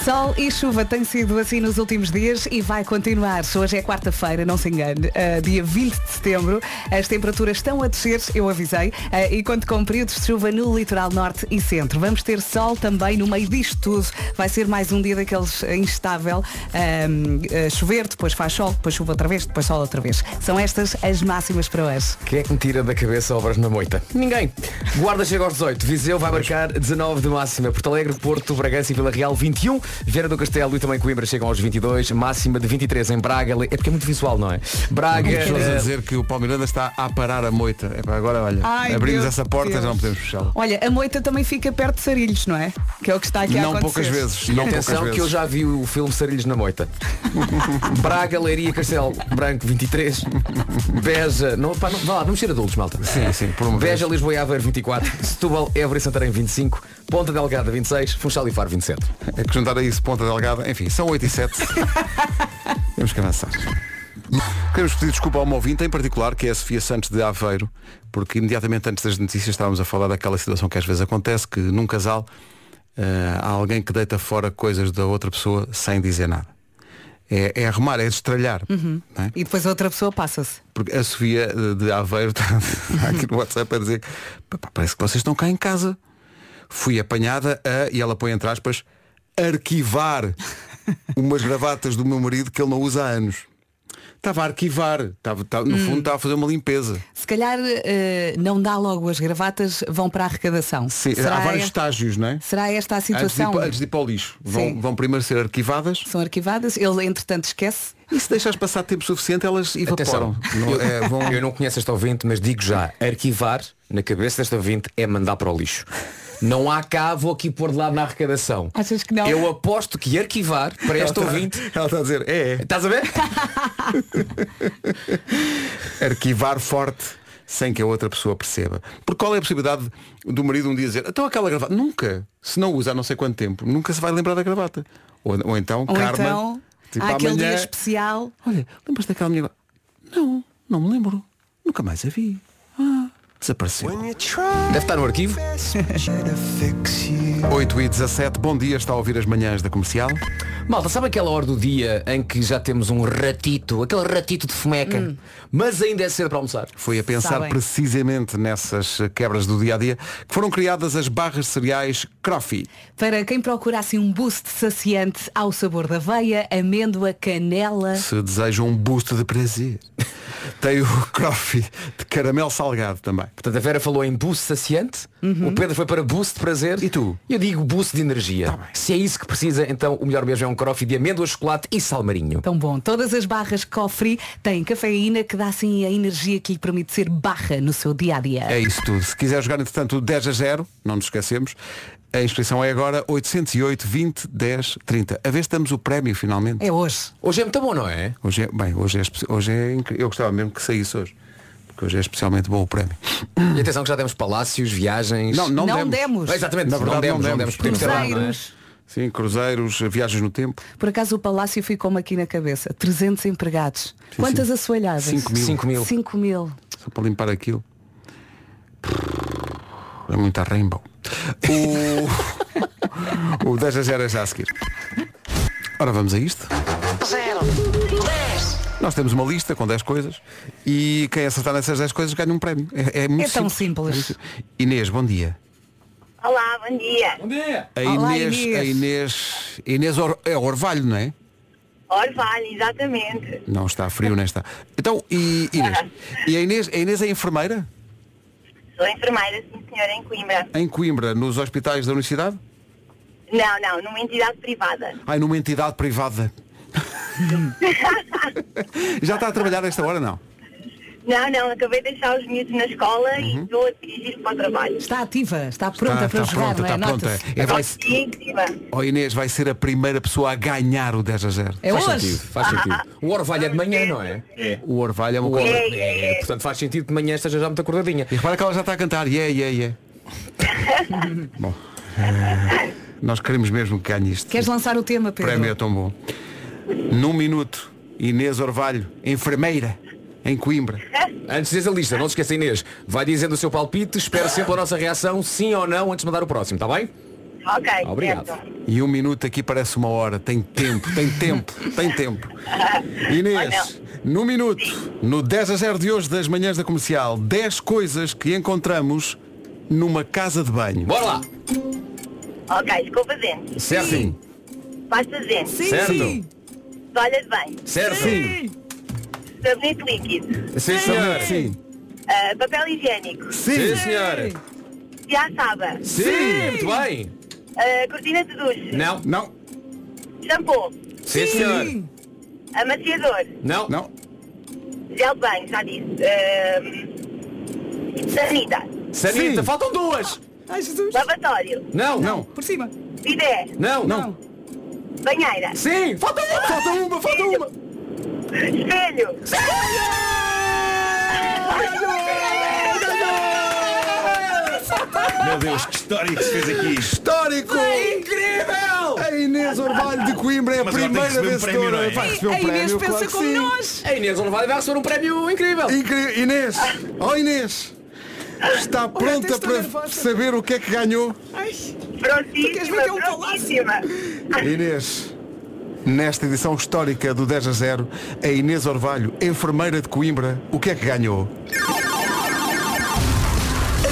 Sol e chuva tem sido assim nos últimos dias e vai continuar. Hoje é quarta-feira, não se engane, ah, dia 20 de setembro. As temperaturas estão a descer, eu avisei, ah, e conto com períodos de chuva no litoral norte e centro. Vamos ter sol também no meio disto tudo. Vai ser mais um dia daqueles ah, instável. ah, ah, chover, depois faz sol, depois chuva outra vez, depois sol outra vez. São estas as máximas para hoje. Quem é que me tira da cabeça obras na moita? Ninguém. Guarda chega aos 18. Viseu vai marcar 19 de máxima. Porto Alegre, Porto, Bragança e Vila Real 21. Vieira do Castelo e também Coimbra chegam aos 22. Máxima de 23 em Braga. Le- É porque é muito visual, não é? Braga. As pessoas a eh, dizer que o Palmeiranda está a parar a moita. É pá, agora olha, Ai, abrimos meu essa porta Deus. já não podemos fechá-la. Olha, a moita também fica perto de Sarilhos, não é? Que é o que está aqui a Não acontecer. poucas vezes, não poucas Atenção vezes. que eu já vi o filme Sarilhos na Moita. Braga, Leiria, Castelo Branco 23. Beja. Não, pá, não, vá lá, vamos ser adultos, malta. Sim, sim, por uma vez. Veja Lisboa e Aveiro 24, Setúbal, Évora e Santarém 25, Ponta Delgada 26, Funchal e Faro 27. É que juntar a isso Ponta Delgada, enfim, são 8 e 7. Temos que avançar. Queremos pedir desculpa a uma ouvinte em particular, que é a Sofia Santos de Aveiro, porque imediatamente antes das notícias estávamos a falar daquela situação que às vezes acontece, que num casal eh, há alguém que deita fora coisas da outra pessoa sem dizer nada. É, é arrumar, é destralhar. Uhum. não é? E depois a outra pessoa passa-se. Porque a Sofia eh, de Aveiro está aqui no WhatsApp a dizer "Pá, pá, parece que vocês estão cá em casa. Fui apanhada a, e ela põe entre aspas, arquivar umas gravatas do meu marido que ele não usa há anos. Estava a arquivar, estava, estava- no Hum. fundo estava a fazer uma limpeza. Se calhar eh, não dá logo as gravatas, vão para a arrecadação. Sim, será, há vários e- estágios, não é? será esta a Antes de, ir, situação? pa- antes de ir para o lixo. Vão, Sim. vão primeiro ser arquivadas São arquivadas, ele entretanto esquece. e se deixares passar tempo suficiente elas evaporam. Não- eu, é, vão- eu não conheço esta ouvinte, mas digo já, arquivar na cabeça desta ouvinte é mandar para o lixo. Não há cá, vou aqui pôr de lado na arrecadação. Achas que não? Eu aposto que arquivar para esta ouvinte. Ela está a dizer, é, é. Estás a ver? arquivar forte sem que a outra pessoa perceba. Porque qual é a possibilidade do marido um dia dizer, então aquela gravata, nunca, se não usa há não sei quanto tempo, nunca se vai lembrar da gravata. Ou, ou então, Ou karma, então tipo, há aquele amanhã, dia especial. olha, lembras daquela minha gravata? Não, não me lembro. Nunca mais a vi. Ah, desapareceu. Deve estar no arquivo. 8 e 17, bom dia, está a ouvir as manhãs da comercial. Malta, sabe aquela hora do dia em que já temos um ratito, aquele ratito de fomeca, Hum. mas ainda é cedo para almoçar? Foi a pensar Sabem. precisamente nessas quebras do dia a dia que foram criadas as barras de cereais Croffy. Para quem procura assim um boost saciante ao sabor da aveia, amêndoa, canela. Se deseja um boost de prazer. Tem o croffee de caramelo salgado também. Portanto, a Vera falou em boost saciante, o Pedro foi para boost de prazer. Uhum. E tu? Tá Eu digo boost de energia. Se é isso que precisa, então o melhor mesmo é um croffee de amêndoas, chocolate e salmarinho. Tão bom. Todas as barras Cofre têm cafeína que dá assim a energia que lhe permite ser barra no seu dia a dia. É isso tudo. Se quiser jogar, entretanto, o 10 a 0, não nos esquecemos. A inscrição é agora 808 20 10 30. A ver se damos o prémio finalmente. É hoje. Hoje é muito bom, não é? Hoje é, bem, hoje é, espe- hoje é incrível. Eu gostava mesmo que saísse hoje. Porque hoje é especialmente bom o prémio. E atenção que já temos palácios, viagens. Não, não, Não demos. demos. Ah, Exatamente, Na não verdade, demos, não não demos. demos. Podemos ter lá, não é? Cruzeiros. Sim, cruzeiros, viagens no tempo. Por acaso o Palácio ficou-me aqui na cabeça. 300 empregados. Quantas sim. assoalhadas? 5 mil. 5 mil. 5 mil. Só para limpar aquilo. É muita rainbow. O, o 10 a 0 é já a seguir. Ora, vamos a isto. Nós temos uma lista com 10 coisas e quem acertar nessas 10 coisas ganha um prémio. É, é muito É tão simples. Inês, bom dia. Olá, bom dia. Bom dia! A Olá, Inês, Inês. a Inês, Inês Or- é Orvalho, não é? Orvalho, exatamente. Não está frio, nem está. Então, e Inês? E a Inês, a Inês é enfermeira? Sou enfermeira, sim senhora, em Coimbra. Em Coimbra, nos hospitais da universidade? Não, não, numa entidade privada. Ai, numa entidade privada. Já está a trabalhar a esta hora, não? Não, não, acabei de deixar os miúdos na escola e estou a dirigir para o trabalho. Está ativa, está pronta Uhum. está, para está jogar, pronta, não é? está pronta. Nota-se. É, vai, Sim, oh Inês, vai ser a primeira pessoa a ganhar o 10 a 0. É faz hoje. sentido, faz sentido. O orvalho é de manhã, não é? O Orvalho é uma O coisa. orvalho é, portanto faz sentido que de manhã esteja já muito acordadinha. E repara que ela já está a cantar. Yeah, yeah, yeah. bom. eh, Nós queremos mesmo que ganhe isto. Queres lançar o tema, O Pedro? prémio é tão bom. Num minuto, Inês Orvalho, enfermeira, em Coimbra. Antes de dizer a lista, não se esqueça Inês, vai dizendo o seu palpite, espero sempre a nossa reação, sim ou não, antes de mandar o próximo, está bem? Ok, Obrigado. certo. E um minuto aqui parece uma hora. Tem tempo, tem tempo, tem tempo. Inês, no minuto, no 10 a 0 de hoje das manhãs da comercial, 10 coisas que encontramos numa casa de banho. é Bora lá! Ok, escova de dentes, Certo! Sim. pasta de dentes, Sim, Certo. sim. toalha de banho, Certo! Sim. sabonete líquido, Sim, senhor. Sim. ah, papel higiênico, Sim, Sim. senhora! piaçaba, Sim. Muito bem! ah, cortina de duche, Não! Não, shampoo, Sim, senhor! Sim. amaciador, Não! não. gel de banho, já disse, ah, sanita, Sanita, Sim. faltam duas! Ai, Jesus. lavatório, Não! Não. Por cima. bidé, Não! Não. banheira, Sim! Falta uma! Falta uma! Falta uma! espelho. Ah, Meu Deus, que história que se fez aqui. Histórico! Incrível! A Inês Orvalho de Coimbra é a Mas agora tem que primeira receber um prémio, não vencedora. é? Vai receber um A Inês prémio, pensa claro que como sim. nós. A Inês Olvalho vai receber um prémio incrível! Incri- Inês, oh Inês, está até pronta estou para nervosa. saber o que é que ganhou? queres ver Prontíssima, que é um palácio? prontíssima. Inês, nesta edição histórica do 10 a 0, a Inês Orvalho, enfermeira de Coimbra, o que é que ganhou?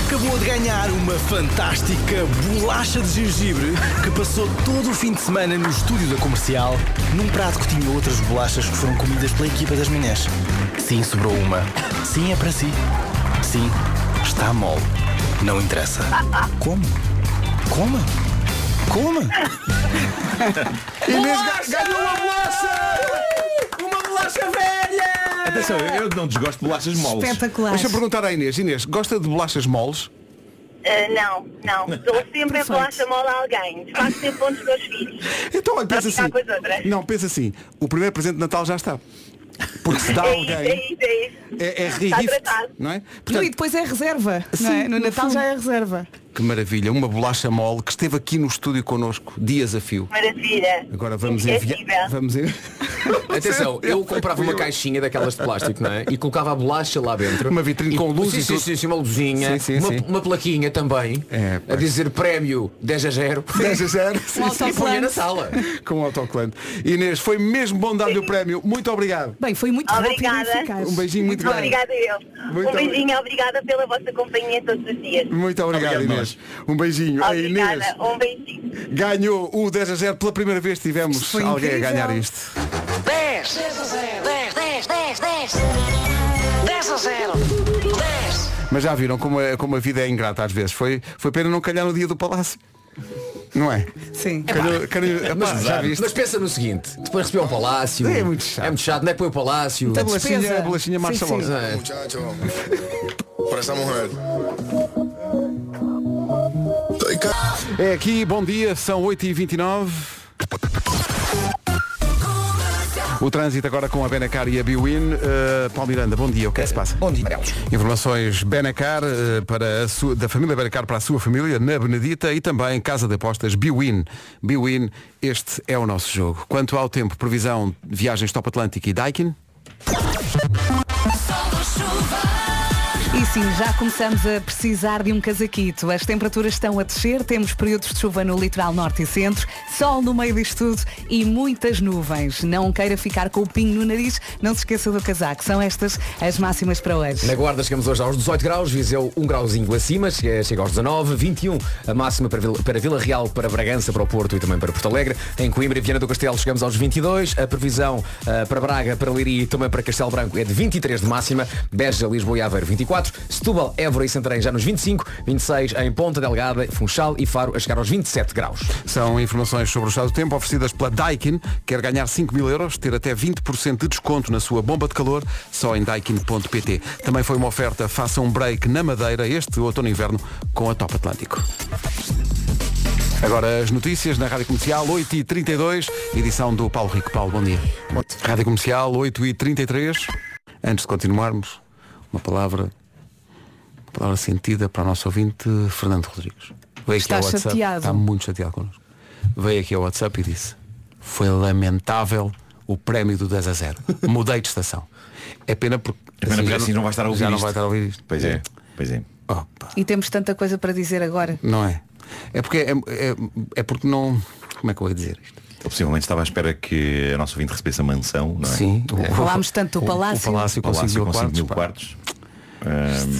Acabou de ganhar uma fantástica bolacha de gengibre que passou todo o fim de semana no estúdio da comercial, num prato que tinha outras bolachas que foram comidas pela equipa das manhãs. Sim, sobrou uma. Sim, é para si. Sim, está mole. Não interessa. Como? Coma? Coma? Inês ga- ganhou uma Uma bolacha velha! Atenção, eu não desgosto de bolachas Espetacular. Deixa eu perguntar à Inês. Inês, gosta de bolachas moles? Ah, não, não. Dou sempre a bolacha mola a alguém. Faço sempre bom dos meus filhos. Então, olha, pensa Vai ficar assim. com as outras. Não, pensa assim. O primeiro presente de Natal já está. Porque se dá É isso, é alguém, isso, é isso. é, é Está regift, tratado. não é? Não, e Portanto, depois é reserva. não é? No, Natal já é reserva. que maravilha, uma bolacha mole que esteve aqui no estúdio connosco, dias a fio. Maravilha. Agora vamos É É enviar. assim, Esquecível. Vamos en- Atenção, eu comprava uma Tranquilo. caixinha daquelas de plástico, não é? E colocava a bolacha lá dentro. Uma vitrine E- com luz sim, e sim, tudo. sim, sim, uma luzinha, Sim, sim, uma, sim. uma plaquinha também, É, pá. a dizer prémio 10 a 0. 10 a 0. Sim, Um sim. E punha na autocolante. sala. Com o autocolante. Inês, foi mesmo bom dar-lhe o prémio. Muito obrigado. Bem, foi muito rápido Obrigada. e eficaz. Um beijinho muito grande. Obrigada eu. Muito um beijinho, obrigada pela vossa companhia todos os dias. Muito obrigado, Obrigado, Inês. Um beijinho. A Inês Obrigada, um beijinho. ganhou o 10 a 0. Pela primeira vez tivemos foi alguém a incrível. ganhar isto. 10 10 10 10 10 10 a 0 10 Mas já viram como a, como a vida é ingrata às vezes. Foi, foi pena não calhar no dia do palácio. Não é? Sim. Calhou- calhou- epá, Mas, já viste? mas pensa no seguinte, depois recebeu um palácio. É muito chato. É muito chato, não é que põe o palácio. A Então, bolachinha, despesa. a bolachinha Sim, sim. marcha É. Muchacho, para esa mujer. Estoy ca- É aqui, bom dia, são 8h29. O trânsito agora com a Benacar e a Biwin. Uh, Paulo Miranda, bom dia, o que é que se passa? Bom dia, amarelos. Informações Benacar eh, para a sua- da família Benacar para a sua família na Benedita e também Casa de Apostas Biwin. Biwin, este é o nosso jogo. Quanto ao tempo, previsão viagens Top Atlântico e Daikin. E sim, já começamos a precisar de um casaquito. As temperaturas estão a descer, temos períodos de chuva no litoral norte e centro, sol no meio disto tudo e muitas nuvens. Não queira ficar com o pinho no nariz, não se esqueça do casaco. São estas as máximas para hoje. Na Guarda chegamos hoje aos 18 graus, Viseu 1 grauzinho acima, chega chega aos 19, 21 a máxima para Vila, para Vila Real, para Bragança, para o Porto e também para Porto Alegre. Em Coimbra e Viana do Castelo chegamos aos 22, a previsão ah, para Braga, para Leiria e também para Castelo Branco é de 23 de máxima, Beja, Lisboa e Aveiro 24, Setúbal, Évora e Santarém já nos 25, 26 em Ponta Delgada, Funchal e Faro a chegar aos 27 graus. São informações sobre o estado do tempo oferecidas pela Daikin. Quer ganhar 5 mil euros, ter até 20% de desconto na sua bomba de calor, só em daikin.pt. Também foi uma oferta Faça um Break na Madeira este outono e inverno com a Top Atlântico. Agora as notícias na Rádio Comercial 8h32, edição do Paulo Rico. Paulo, bom dia. Rádio Comercial 8h33. Antes de continuarmos, uma palavra, uma palavra sentida para o nosso ouvinte, Fernando Rodrigues. Veio Está chateado. Está muito chateado connosco. Veio aqui ao WhatsApp e disse foi lamentável o prémio do 10 a 0. Mudei de estação. É pena porque, pena porque já assim não vai estar a ouvir já não isto. vai estar a ouvir isto. Pois é, pois é. Opa, E temos tanta coisa para dizer agora. não é? É porque, é, é- é porque não... Como é que eu ia dizer isto? Eu possivelmente estava à espera que a nossa ouvinte recebesse a mansão, não é? o- Falámos tanto do Palácio. O, Palácio O palácio conseguiu com 5 mil quartos. pá. quartos.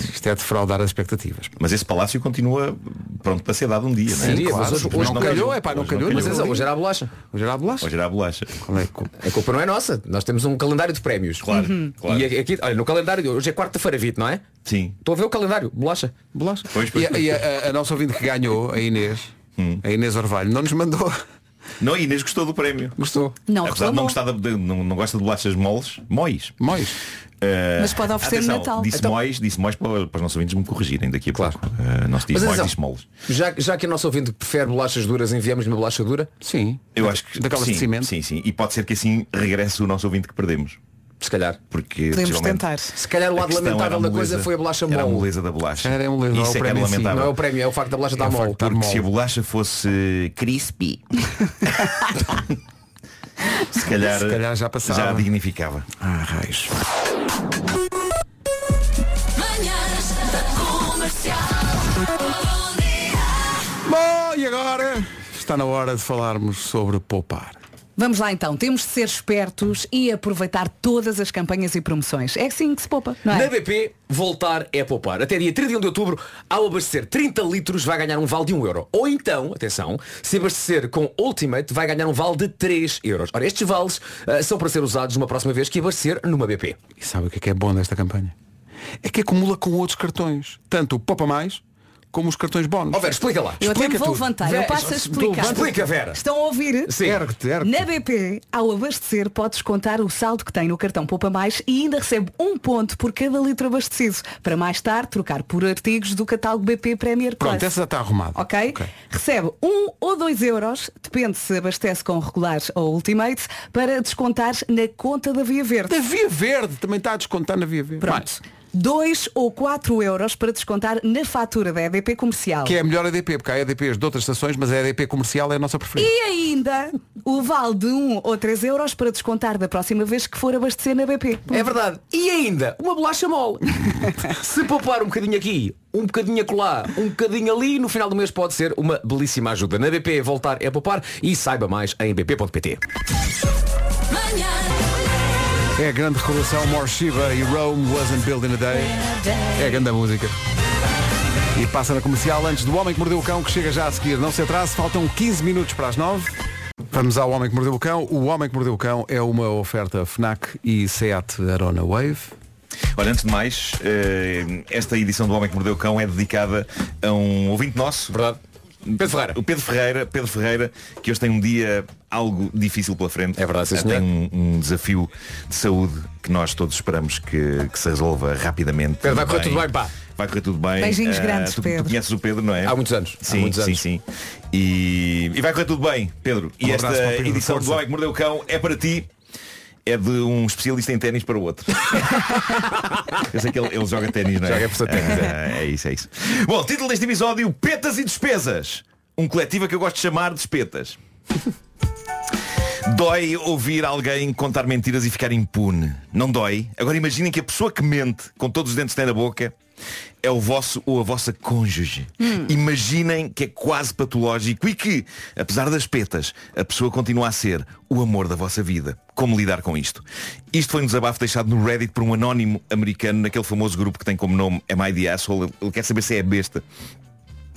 Isto é defraudar as expectativas. Mas esse palácio continua pronto para ser dado um dia, não é? Sim, mas Claro, hoje- mas hoje não calhou, é pá, não Hoje não calhou. calhou. Mas Mas atenção, atenção, hoje era a bolacha. Hoje era a bolacha. Hoje era a bolacha. Qual é que- A culpa não é nossa, nós temos um calendário de prémios. Uhum. Claro, claro. E aqui, olha, no calendário, hoje é quarta-feira, Vito, não é? Sim. Estou a ver o calendário, bolacha. Bolacha. Pois, pois, e a- pois. Hum. e a, a- a nossa ouvinte que ganhou, a Inês, a Inês Orvalho, não nos mandou. Não, a Inês gostou do prémio. Gostou. Não Apesar de reclamou, não, gostar de, de- não, não gosta de bolachas moles, móis. Mais. Eh, mas pode oferecer no atenção, Natal. Disse Então, móis, disse móis para, para os nossos ouvintes me corrigirem daqui a Claro. pouco. Eh, não se diz Mas móis, atenção, disse moles. já, já que a nossa ouvinte prefere bolachas duras, enviamos-lhe uma bolacha dura? Sim. Eu acho que Daquelas sim, de cimento. Sim, sim. E pode ser que assim regresse o nosso ouvinte que perdemos. Se calhar. Porque podemos possivelmente, tentar. Se calhar o a lado questão era lamentável da moleza- coisa foi a bolacha Era a mole. moleza da bolacha. Era a moleza, Isso o é que era prémio em si. lamentável. um Não é o prémio, é o facto da bolacha estar o mole. facto de estar Porque se a mole. bolacha fosse crispy, se, calhar, Se calhar já passava. Já dignificava. Ah, raios. Manhãs da comercial. Bom, e agora? Está na hora de falarmos sobre poupar. Vamos lá então, temos de ser espertos e aproveitar todas as campanhas e promoções. É assim que se poupa, não Na é? BP, voltar é poupar. Até dia 31 de outubro, ao abastecer 30 litros, vai ganhar um vale de 1 euro. Ou então, atenção, se abastecer com Ultimate, vai ganhar um vale de 3 euros. Ora, estes vales ah, são para ser usados uma próxima vez que abastecer numa BP. E sabe o que é que é bom desta campanha? É que acumula com outros cartões. Tanto o Poupa Mais como os cartões bónus. Oh, Ó Vera, explica lá. Eu até Explica me vou tudo. levantar, eu Vera, passo a explicar. Explica, Vera. Estão a ouvir? Sim. Ergue-te, ergue-te. Na BP, ao abastecer, podes contar o saldo que tem no cartão Poupa Mais e ainda recebe um ponto por cada litro abastecido, para mais tarde trocar por artigos do catálogo BP Premier Plus. é- Pronto, essa já está arrumada. Ok? Ok. Recebe 1 ou 2 euros, depende se abastece com regulares ou ultimates, para descontar na conta da Via Verde. Da Via Verde também está a descontar na Via Verde. Pronto. 2 ou 4 euros para descontar na fatura da EDP comercial. Que é a melhor EDP, porque há EDPs de outras estações, mas a EDP comercial é a nossa preferida. E ainda o vale de 1 ou 3 euros para descontar da próxima vez que for abastecer na BP. É verdade. E ainda, uma bolacha mole. Se poupar um bocadinho aqui, um bocadinho acolá, um bocadinho ali, no final do mês pode ser uma belíssima ajuda. Na BP, voltar é poupar e saiba mais em bp.pt. É a grande recordação More Shiva e Rome Wasn't Built in a Day. É a grande música. E passa na comercial antes do Homem que Mordeu o Cão, que chega já a seguir. Não se atrase, faltam 15 minutos para as 9. Vamos ao Homem que Mordeu o Cão. O Homem que Mordeu o Cão é uma oferta FNAC e Seat Arona Wave. Olha, antes de mais, eh, esta edição do Homem que Mordeu o Cão é dedicada a um ouvinte nosso. Verdade? Pedro Ferreira. O Pedro Ferreira, Pedro Ferreira, que hoje tem um dia algo difícil pela frente. É verdade, sim, Eh, senhor. Tem um, um desafio de saúde que nós todos esperamos que, que se resolva rapidamente. Pedro, vai correr tudo bem, pá. Vai correr tudo bem. Beijinhos Eh, grandes, tu, Pedro. Tu conheces o Pedro, não é? Há muitos anos. Há Sim, muitos sim, anos. sim. E, e vai correr tudo bem, Pedro. Um e abraço esta para o Pedro, edição força. do Homem que Mordeu o Cão é para ti. É de um especialista em ténis para o outro. Eu sei que ele, ele joga ténis, não é? Joga por ténis, Ah, é isso, é isso. Bom, título deste episódio, Petas e Despesas. Um coletivo a que eu gosto de chamar Despetas. Dói ouvir alguém contar mentiras e ficar impune. Não dói? Agora imaginem que a pessoa que mente, com todos os dentes que tem na boca, é o vosso ou a vossa cônjuge. Hum. Imaginem que é quase patológico e que, apesar das petas, a pessoa continua a ser o amor da vossa vida. Como lidar com isto? Isto foi um desabafo deixado no Reddit por um anónimo americano naquele famoso grupo que tem como nome Am I the Asshole? Ele- Ele quer saber se é a besta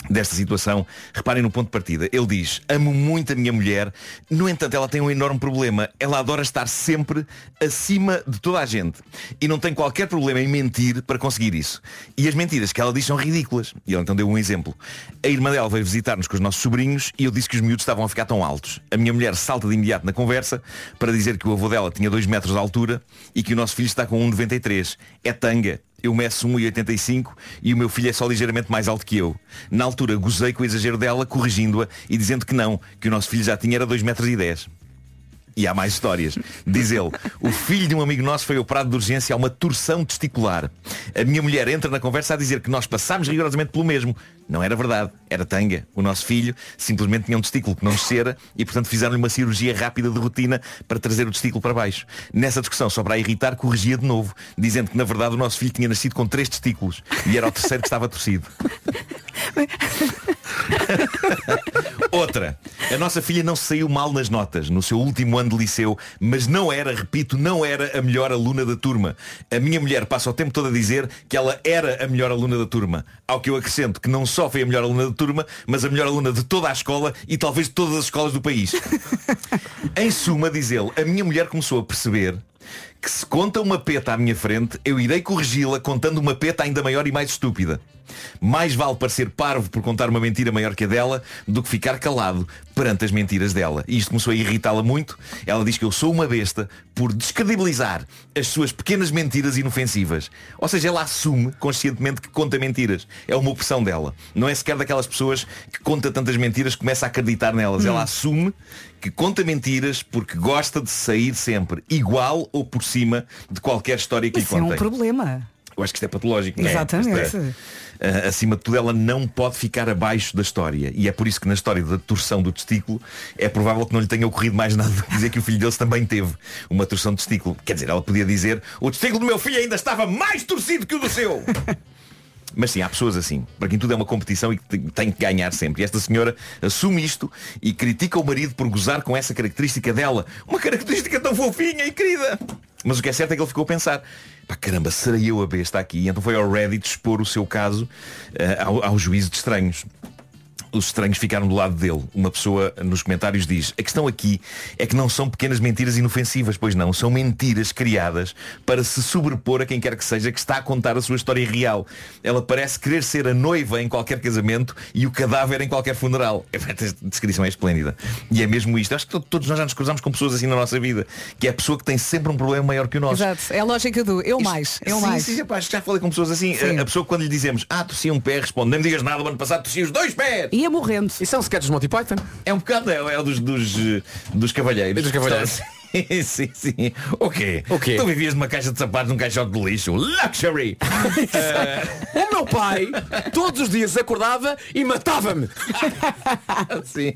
desta situação. Reparem no ponto de partida. Ele diz, amo muito a minha mulher, no entanto ela tem um enorme problema. Ela adora estar sempre acima de toda a gente. E não tem qualquer problema em mentir para conseguir isso. E as mentiras que ela diz são ridículas. E ele então deu um exemplo. A irmã dela veio visitar-nos com os nossos sobrinhos e eu disse que os miúdos estavam a ficar tão altos. A minha mulher salta de imediato na conversa para dizer que o avô dela tinha 2 metros de altura e que o nosso filho está com 1,93. É tanga. Eu meço 1,85 e o meu filho é só ligeiramente mais alto que eu. Na altura gozei com o exagero dela, corrigindo-a e dizendo que não, que o nosso filho já tinha era 2,10 metros. E há mais histórias. Diz ele, o filho de um amigo nosso foi operado de urgência a uma torção testicular. A minha mulher entra na conversa a dizer que nós passámos rigorosamente pelo mesmo. Não era verdade, era tanga. O nosso filho simplesmente tinha um testículo que não descera e, portanto, fizeram-lhe uma cirurgia rápida de rotina para trazer o testículo para baixo. Nessa discussão, só para a irritar, corrigia de novo, dizendo que, na verdade, o nosso filho tinha nascido com três testículos e era o terceiro que estava torcido. Outra. A nossa filha não se saiu mal nas notas no seu último ano de liceu, mas não era, repito, não era a melhor aluna da turma. A minha mulher passa o tempo todo a dizer que ela era a melhor aluna da turma. Ao que eu acrescento que não só foi a melhor aluna da turma, mas a melhor aluna de toda a escola e talvez de todas as escolas do país. em suma, diz ele, a minha mulher começou a perceber que se conta uma peta à minha frente, eu irei corrigi-la contando uma peta ainda maior e mais estúpida. Mais vale parecer parvo por contar uma mentira maior que a dela do que ficar calado perante as mentiras dela. E isto começou a irritá-la muito. Ela diz que eu sou uma besta por descredibilizar as suas pequenas mentiras inofensivas. Ou seja, ela assume conscientemente que conta mentiras. É uma opção dela. Não é sequer daquelas pessoas que conta tantas mentiras que começa a acreditar nelas. Hum. Ela assume que conta mentiras porque gosta de sair sempre igual ou por cima de qualquer história que Isso lhe é contem. um problema. Eu acho que isto é patológico, não é? Exatamente. Isto é, ah, acima de tudo, ela não pode ficar abaixo da história. E é por isso que na história da torção do testículo é provável que não lhe tenha ocorrido mais nada do que dizer que o filho deles também teve uma torção de testículo. Quer dizer, ela podia dizer o testículo do meu filho ainda estava mais torcido que o do seu. Mas sim, há pessoas assim, para quem tudo é uma competição e que te- tem que ganhar sempre. E esta senhora assume isto e critica o marido por gozar com essa característica dela. Uma característica tão fofinha e querida. Mas o que é certo é que ele ficou a pensar. Pá, caramba, serei eu a besta aqui? E então foi ao Reddit expor o seu caso eh, ao, ao juízo de estranhos os estranhos ficaram do lado dele. Uma pessoa nos comentários diz, a questão aqui é que não são pequenas mentiras inofensivas, pois não, são mentiras criadas para se sobrepor a quem quer que seja que está a contar a sua história real. Ela parece querer ser a noiva em qualquer casamento e o cadáver em qualquer funeral. Esta descrição é esplêndida. E é mesmo isto. Acho que to- todos nós já nos cruzamos com pessoas assim na nossa vida, que é a pessoa que tem sempre um problema maior que o nosso. Exato. É a lógica do eu mais, eu sim, mais. sim, já, pá, acho que já falei com pessoas assim. Sim. A, a pessoa quando lhe dizemos, ah, tossi um pé, responde, nem me digas nada, o ano passado tossi os dois pés. Ia morrendo. Isso é um sketch dos Monty Python. É um bocado, é, é o dos, dos, eh, dos cavalheiros. Dos cavalheiros. Sim, sim, sim. O quê? O quê? Tu vivias numa caixa de sapatos num caixote de lixo. Luxury! Eh, O meu pai todos os dias acordava e matava-me. Sim.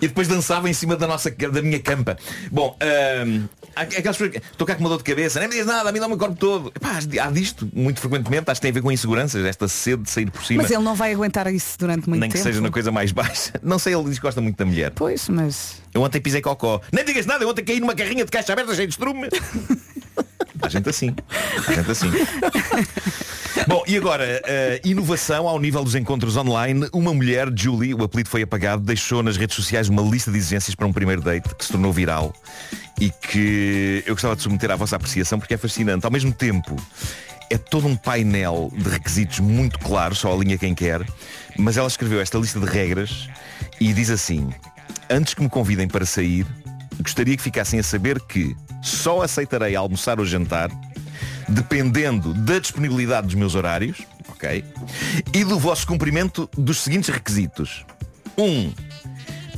e depois dançava em cima da nossa da minha campa. Bom, ahm, há aquelas pessoas que estou cá com uma dor de cabeça, nem me diz nada, a mim dá-me o corpo todo. Epá, há disto, muito frequentemente, acho que tem a ver com inseguranças, esta sede de sair por cima. Mas ele não vai aguentar isso durante muito nem que tempo. seja na coisa mais baixa. Não sei, ele diz que gosta muito da mulher. Pois, mas. Eu ontem pisei cocó. Nem digas nada, eu ontem caí numa carrinha de caixa aberta cheia de estrume. Há gente assim. Há gente assim. Bom, e agora, eh, inovação ao nível dos encontros online. Uma mulher, Julie, o apelido foi apagado, deixou nas redes sociais uma lista de exigências para um primeiro date que se tornou viral e que eu gostava de submeter à vossa apreciação porque é fascinante. Ao mesmo tempo, é todo um painel de requisitos muito claro, só alinha quem quer, mas ela escreveu esta lista de regras e diz assim, antes que me convidem para sair, gostaria que ficassem a saber que só aceitarei almoçar ou jantar dependendo da disponibilidade dos meus horários, ok? E do vosso cumprimento dos seguintes requisitos. 1. Um,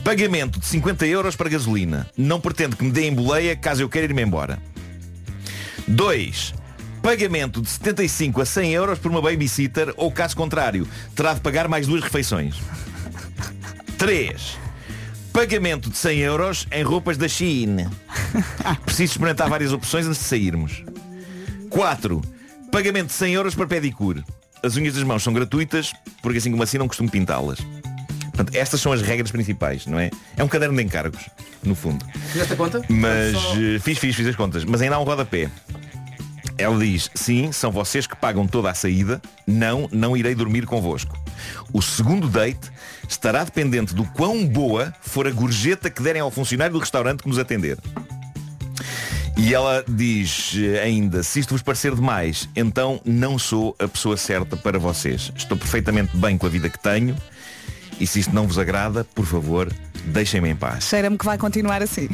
pagamento de 50 euros para gasolina. Não pretendo que me deem boleia caso eu queira ir-me embora. 2. Pagamento de 75 a 100 euros por uma babysitter ou, caso contrário, terá de pagar mais duas refeições. 3. Pagamento de 100 euros em roupas da Shein. Preciso experimentar várias opções antes de sairmos. 4. Pagamento de 100 euros para pedicure. As unhas das mãos são gratuitas, porque assim como assim não costumo pintá-las. Portanto, estas são as regras principais, não é? É um caderno de encargos, no fundo. Fizeste a conta? Mas eh, fiz, fiz, fiz as contas. Mas ainda há um rodapé. Ela diz, sim, são vocês que pagam toda a saída. Não, não irei dormir convosco. O segundo date estará dependente do quão boa for a gorjeta que derem ao funcionário do restaurante que nos atender. E ela diz eh, ainda, se isto vos parecer demais, então não sou a pessoa certa para vocês. Estou perfeitamente bem com a vida que tenho. E se isto não vos agrada, por favor, deixem-me em paz. Cheira-me que vai continuar assim.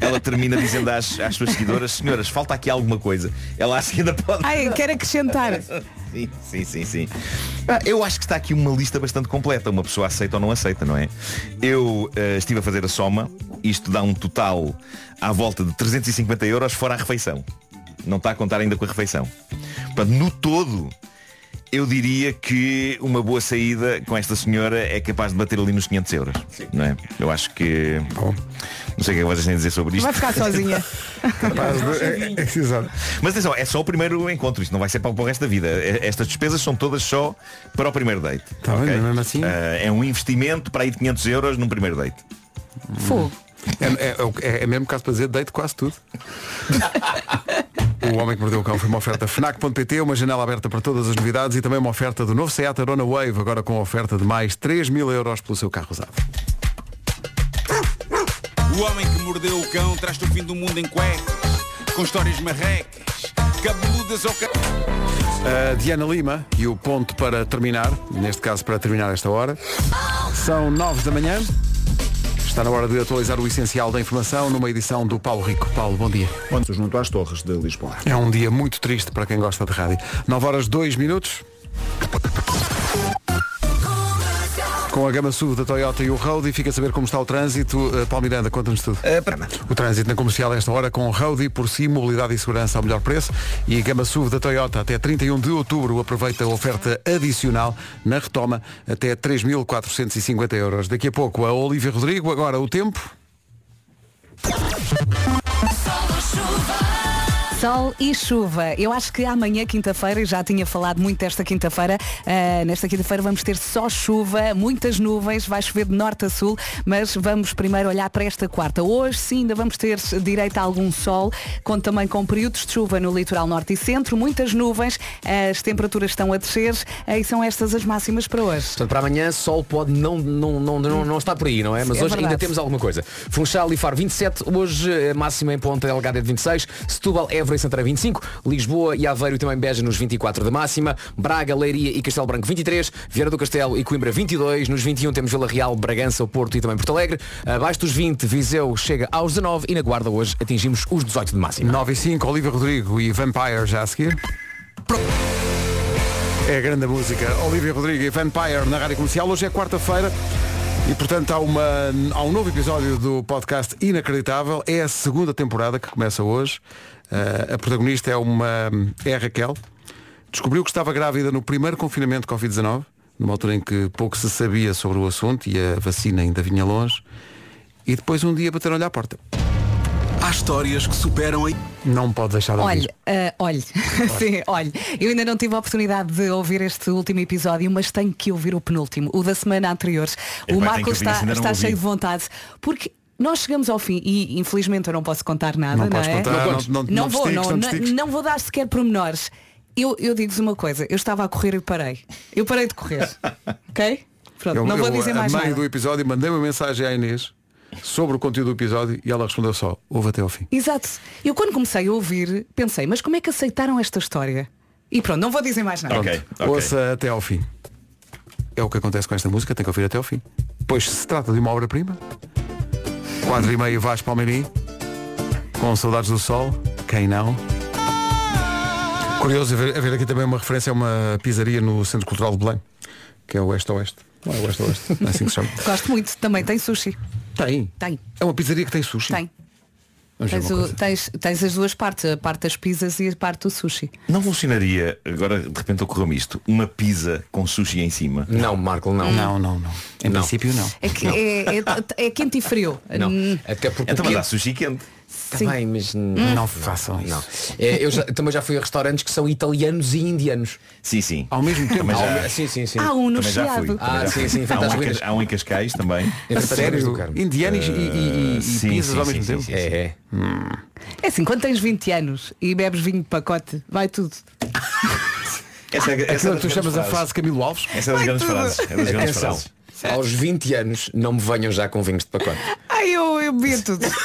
Ela termina dizendo às, às suas seguidoras, senhoras, falta aqui alguma coisa. Ela acha que ainda pode. Ai, quero acrescentar. Sim, sim, sim, sim. Ah, Eu acho que está aqui uma lista bastante completa. Uma pessoa aceita ou não aceita, não é? Eu eh, estive a fazer a soma. Isto dá um total à volta de 350 euros fora a refeição. Não está a contar ainda com a refeição. Portanto, no todo, eu diria que uma boa saída com esta senhora é capaz de bater ali nos 500 euros. Não é? Eu acho que... Não sei o que é que vocês têm a dizer sobre isto. Vai ficar sozinha. Capaz de- é- é- exato. Mas atenção, é só o primeiro encontro, isto não vai ser para o resto da vida. É- Estas despesas são todas só para o primeiro date. Tá ok? assim? Ah, é um investimento para aí de 500 euros num primeiro date. Fogo. É, é, é mesmo caso para dizer, deito quase tudo. O Homem que Mordeu o Cão foi uma oferta FNAC.pt, uma janela aberta para todas as novidades e também uma oferta do novo Seat Arona Wave, agora com oferta de mais 3 mil euros pelo seu carro usado. O homem que mordeu o cão traz-te o fim do mundo em cuecas, com histórias marrecas, cabeludas ou ca... A Eh, Diana Lima e o ponto para terminar, neste caso para terminar esta hora, são 9 da manhã. Está na hora de atualizar o essencial da informação numa edição do Paulo Rico. Paulo, bom dia. Bom dia. Junto às Torres de Lisboa. É um dia muito triste para quem gosta de rádio. 9 horas 2 minutos. Com a gama SUV da Toyota e o Road e fica a saber como está o trânsito. Uh, Paulo Miranda, conta-nos tudo. O trânsito na comercial a esta hora com o Road e por si, mobilidade e segurança ao melhor preço. E a gama SUV da Toyota até 31 de outubro aproveita a oferta adicional na retoma até 3.450 euros. Daqui a pouco a Olivia Rodrigo, agora o tempo. Sol e chuva. Eu acho que amanhã, quinta-feira, e já tinha falado muito desta quinta-feira, ah, nesta quinta-feira vamos ter só chuva, muitas nuvens, vai chover de norte a sul, mas vamos primeiro olhar para esta quarta. Hoje sim ainda vamos ter direito a algum sol, conto também com períodos de chuva no litoral norte e centro, muitas nuvens, as temperaturas estão a descer ah, e são estas as máximas para hoje. Portanto, para amanhã sol pode não, não, não, não, não está por aí, não é? Mas É hoje ainda verdade. temos alguma coisa. Funchal e Faro 27, hoje eh, máxima em Ponta Delgada é de 26, Setúbal, Évora e Santarém 25, Lisboa e Aveiro e também Beja nos 24 de máxima, Braga, Leiria e Castelo Branco 23, Vieira do Castelo e Coimbra 22, nos 21 temos Vila Real, Bragança, Porto e também Porto Alegre, abaixo dos 20 Viseu chega aos 19 e na Guarda hoje atingimos os 18 de máxima. 9 e 5, Olivia Rodrigo e Vampire já a seguir. É a grande música. Olivia Rodrigo e Vampire na Rádio Comercial. Hoje é quarta-feira e, portanto, há, uma, há um novo episódio do podcast inacreditável. É a segunda temporada que começa hoje. Ah, a protagonista é, uma, é a Raquel. Descobriu que estava grávida no primeiro confinamento de Covid-19, numa altura em que pouco se sabia sobre o assunto e a vacina ainda vinha longe. E depois um dia bateram-lhe à porta. Há histórias que superam aí. Não pode deixar de ouvir. Olha, ah, olhe, sim, olhe. Eu ainda não tive a oportunidade de ouvir este último episódio, mas tenho que ouvir o penúltimo, o da semana anterior. Epá, o tenho que Marco ouvir, está, isso ainda não está ouvi. cheio de vontade, porque nós chegamos ao fim e infelizmente eu não posso contar nada, Não não, podes é? contar, Não contes. não- não- não vou, destiques, não, não não- destiques. não vou dar sequer pormenores. Eu, eu digo-vos uma coisa, eu estava a correr e parei. Eu parei de correr. ok? Pronto, Eu- não vou eu, dizer a mais meio nada. do episódio, mandei uma mensagem à Inês sobre o conteúdo do episódio e ela respondeu só, ouve até ao fim. Exato. Eu quando comecei a ouvir, pensei, mas como é que aceitaram esta história? E pronto, não vou dizer mais nada. Pronto, Ouça até ao fim. É o que acontece com esta música, tem que ouvir até ao fim. Pois se trata de uma obra-prima. Quatro e meia Vasco Palmeirim. Com saudades do sol, quem não? Curioso haver, haver aqui também uma referência a uma pizzaria no Centro Cultural de Belém, que é o Oeste Oeste. Não é o Oeste Oeste, é assim que se chama. Gosto muito, também tem sushi. Tem. Tem. É uma pizzaria que tem sushi. Tem. Vamos ver Tens, uma o- coisa. tens- tens as duas partes, a parte das pizzas e a parte do sushi. Não funcionaria, agora de repente ocorreu-me isto, uma pizza com sushi em cima? Não, Marco, não. Não, não, não. Em princípio não. É, que, é, é- é quente e frio. Não. Hum, Até porque Então, o mas quente- há sushi quente. Sim. Também, Tá mas Não Hum. façam isso. É, eu já- também já fui a restaurantes que são italianos e indianos. Sim, sim. Ao mesmo tempo. Também já- Ao- Sim, sim, sim. Há um no Também já fui. Chiado. também Ah, sim, já É fui. sim, em frente Há um às em ruínas. Cas- Há um em Cascais também. Ah, A sério? Indianos e- e- e- e sim, pizzas sim, ao sim, mesmo tempo? sim, Hum. sim, sim, sim. é. É assim, quando tens 20 anos e bebes vinho de pacote, vai tudo. Essa, é- essa é Aquilo das que tu grandes chamas a frases. frase Camilo Alves? Essa é das grandes frases. É das grandes Atenção, frases. aos 20 anos não me venham já com vinhos de pacote. Ai, eu, eu bebia tudo.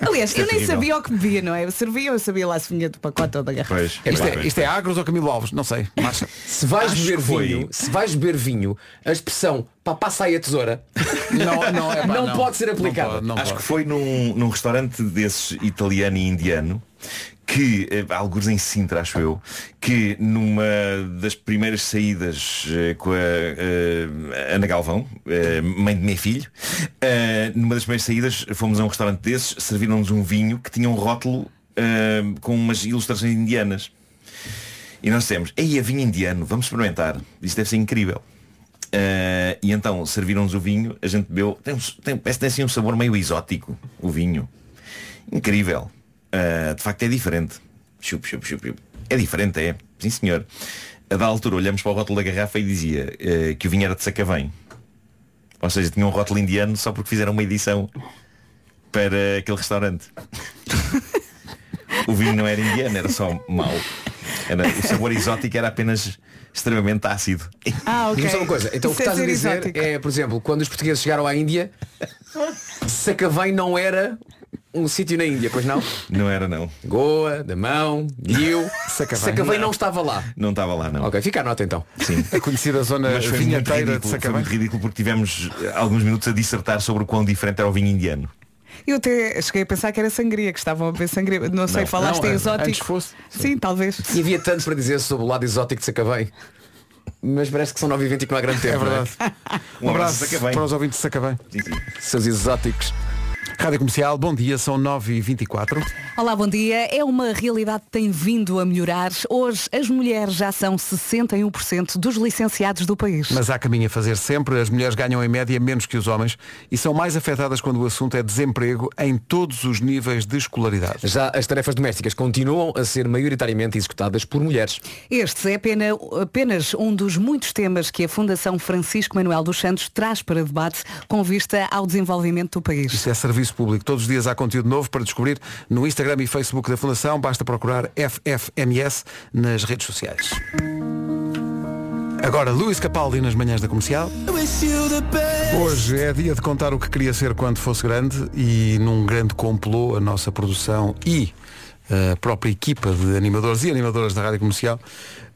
Aliás, Isto é eu nem terrível. sabia o que bebia, não é? Eu servia, eu sabia lá se vinha do pacote ou da garrafa. Isto é, isto é Agros ou Camilo Alves? Não sei. Marcha. Se vais Acho beber que foi. vinho, se vais beber vinho, a expressão pá, passa aí a tesoura não, não, é pá, não. pode ser Não aplicada. pode, não Acho que foi num, num restaurante desses italiano e indiano que, eh, há alguns em Sintra, acho eu, que numa das primeiras saídas eh, com a eh, Ana Galvão, eh, mãe de meu filho, eh, numa das primeiras saídas fomos a um restaurante desses, serviram-nos um vinho que tinha um rótulo eh, com umas ilustrações indianas. E nós dissemos, ei, é vinho indiano, vamos experimentar. Isto deve ser incrível. Ah, e então serviram-nos o vinho, a gente bebeu, tem, um- tem, parece que tem assim um sabor meio exótico, o vinho. Incrível. Ah, de facto é diferente. Chup, chup, chup, chup. É diferente, é. Sim senhor. A da altura olhamos para o rótulo da garrafa e dizia eh, que o vinho era de Sacavém. Ou seja, tinha um rótulo indiano só porque fizeram uma edição para aquele restaurante. o vinho não era indiano, era só mau. Era, o sabor exótico era apenas extremamente ácido. Ah, ok. Diz-me só uma coisa, então o que Isso é estás a ser dizer exótico. é, por exemplo, quando os portugueses chegaram à Índia, Sacavém não era um sítio na Índia, pois não? Não era não. Goa, Damão, Guiu, Sacavém, não estava lá. Não estava lá, não. Ok, fica a nota então. Sim. A conhecida zona Mas foi muito, vinhateira de ridículo, foi Sacavém. muito ridículo porque tivemos eh, alguns minutos a dissertar sobre o quão diferente era o vinho indiano. Eu até cheguei a pensar que era sangria, que estavam a ver sangria. Não, sei, Não, falaste não, em é, exótico. antes fosse. Sim, talvez. E havia tanto para dizer sobre o lado exótico de Sacavém. Mas parece que são 9 e 20 e que não há grande tempo. É verdade. não é? Um abraço para os ouvintes de Sacavém. Seus exóticos. Rádio Comercial, bom dia, são 9h24. Olá, bom dia. É uma realidade que tem vindo a melhorar. Hoje as mulheres já são 61% dos licenciados do país. Mas há caminho a fazer sempre. As mulheres ganham em média menos que os homens e são mais afetadas quando o assunto é desemprego em todos os níveis de escolaridade. Já as tarefas domésticas continuam a ser maioritariamente executadas por mulheres. Este é apena- apenas um dos muitos temas que a Fundação Francisco Manuel dos Santos traz para debate com vista ao desenvolvimento do país. Isso é serviço público. Todos os dias há conteúdo novo para descobrir no Instagram e Facebook da Fundação. Basta procurar FFMS nas redes sociais. Agora, Luís Capaldi nas manhãs da comercial. Hoje é dia de contar o que queria ser quando fosse grande e num grande complô a nossa produção e eh, a própria equipa de animadores e animadoras da Rádio Comercial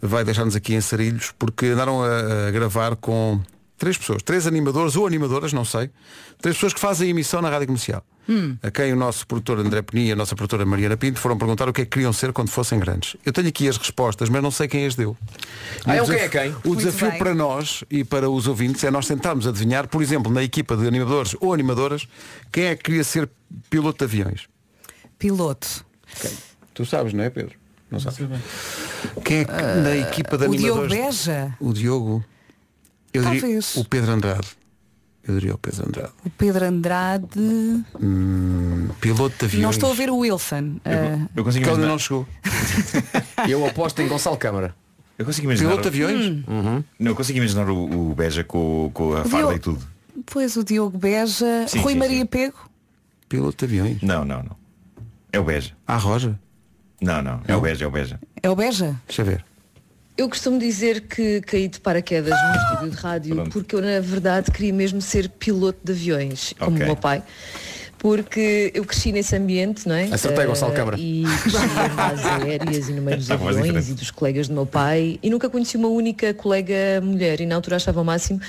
vai deixar-nos aqui em sarilhos porque andaram a, a gravar com três pessoas, três animadores ou animadoras, não sei, três pessoas que fazem emissão na Rádio Comercial. A quem o nosso produtor André Peninha e a nossa produtora Mariana Pinto foram perguntar o que é que queriam ser quando fossem grandes. Eu tenho aqui as respostas, mas não sei quem as deu. Ah, E é o um quem é desaf- quem? O Muito desafio bem. para nós e para os ouvintes é nós tentarmos adivinhar, por exemplo, na equipa de animadores ou animadoras, quem é que queria ser piloto de aviões. Piloto. Tu sabes, não é, Pedro? Não sabes. Quem é que na equipa de Ah, o animadores? Diogo Beja? O Diogo. Eu diria Talvez. o Pedro Andrade. Eu diria o Pedro Andrade. O Pedro Andrade. Hum, piloto de aviões. Não estou a ver o Wilson. Ah, Eu consigo Que imaginar. ainda não chegou. Eu aposto em Gonçalo Câmara. Eu consigo imaginar. Piloto de aviões? Hum. Hum. Uhum. Não, eu consigo imaginar o, o Beja com, com a O farda Diogo- e tudo. Pois o Diogo Beja. Sim, Rui sim, Maria Pego? Piloto de aviões? Não, não, não. É o Beja. Ah, Roja? Não, não. É o Beja, é o Beja. É o Beja? Deixa eu ver. Eu costumo dizer que caí de paraquedas num Ah! estúdio de rádio Pronto. porque eu, na verdade, queria mesmo ser piloto de aviões, como Ok. o meu pai. Porque eu cresci nesse ambiente, não é? Acertei, Eh, Gonçalo Câmara. E cresci em bases aéreas e no meio dos é A voz aviões diferente. e dos colegas do meu pai. E nunca conheci uma única colega mulher. E na altura achava o máximo.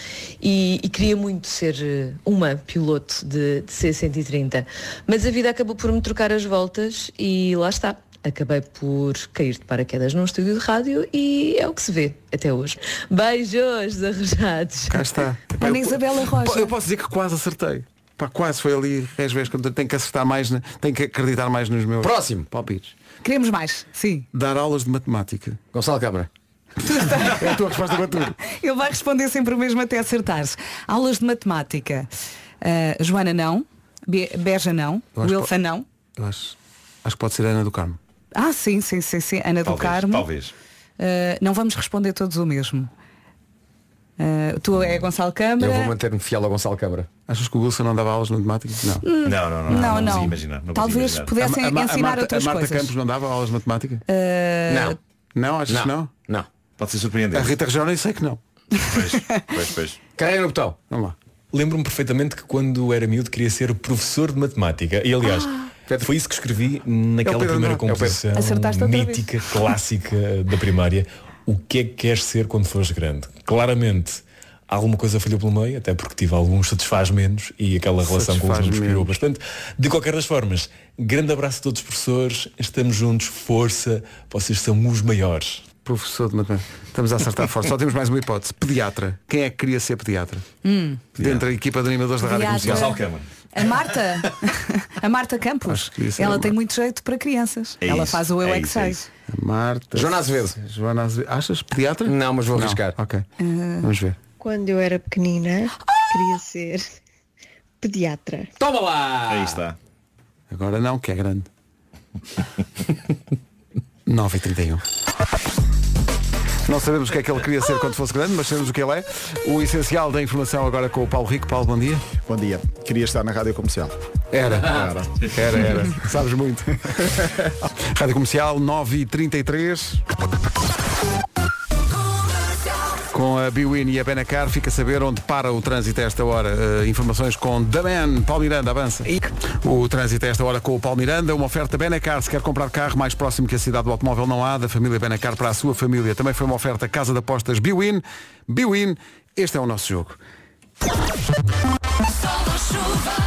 E, e queria muito ser eh, uma piloto de, de C-130. Mas a vida acabou por me trocar as voltas e lá está. Acabei por cair de paraquedas num estúdio de rádio e é o que se vê até hoje. Beijos arrojados. Cá está. Ana Isabela Rocha. Eu posso dizer que quase acertei. Pá, quase foi ali, às vezes, quando tenho que acertar mais, na- tenho que acreditar mais nos meus Próximo. palpites. Queremos mais. Sim. Dar aulas de matemática. Gonçalo Câmara. é a tua resposta para tudo. Ele vai responder sempre o mesmo até acertar. Aulas de matemática. Ah, Joana não. Be- Beja não, Eu acho que Wilfa po- não. Eu acho, acho que pode ser a Ana do Carmo. Ah, sim, sim, sim, sim. Ana do Carmo. Talvez. Uh, não vamos responder todos o mesmo. Uh, tu é Gonçalo Eu vou Câmara. manter-me fiel ao Gonçalo Câmara. Achas que o Wilson não dava aulas no matemática? Hum, não, Não, não, não consigo não. imaginar, não consigo Talvez imaginar. pudessem Ma- ensinar Marta, outras a Marta coisas. Campos não dava aulas de matemática? Uh, Não, achas Não. que não? Não. Pode ser surpreendente. A Rita Região nem sei que não. Pois, pois. Carrega no botão. Vamos lá. Lembro-me perfeitamente que quando era miúdo queria ser professor de matemática. E aliás, foi isso que escrevi Ah. É o naquela Pedro primeira Andrade. É o Pedro. composição Acertaste outra vez. mítica, clássica da primária. O que é que queres ser quando fores grande? Claramente, alguma coisa falhou pelo meio, até porque tive alguns satisfaz menos e aquela relação com os Satisfaz números piorou menos. bastante. De qualquer das formas, grande abraço a todos os professores, estamos juntos, força, vocês são os maiores. Professor de matemática. Estamos a acertar forte. Só temos mais uma hipótese. Pediatra. Quem é que queria ser pediatra? hum. Dentro da equipa de animadores da Rádio Pediatra. Comercial. A Marta, a Marta Campos, Acho que isso é ela uma- tem muito jeito para crianças. É ela isso, faz o Eu é é que isso, é sei. isso. A Marta. Joana Azevedo. Joana Azevedo. Achas pediatra? Não, mas vou arriscar. Ok. Ah, Vamos ver. Quando eu era pequenina, queria ser pediatra. Toma lá! Aí está. Agora não, que é grande. 9h31. Não sabemos o que é que ele queria ser quando fosse grande, mas sabemos o que ele é. O essencial da informação agora com o Paulo Rico. Paulo, bom dia. Bom dia. Queria estar na rádio comercial. Era. Era, era. era. Sabes muito. Rádio Comercial 9h33. Com a Biwin e a Benacar, fica a saber onde para o trânsito a esta hora. Eh, informações com The Man, Paulo Miranda, avança. O trânsito a esta hora com o Paulo Miranda, uma oferta Benacar. Se quer comprar carro mais próximo que a cidade do automóvel não há, da família Benacar para a sua família. Também foi uma oferta Casa de Apostas Biwin. Biwin, este é o nosso jogo.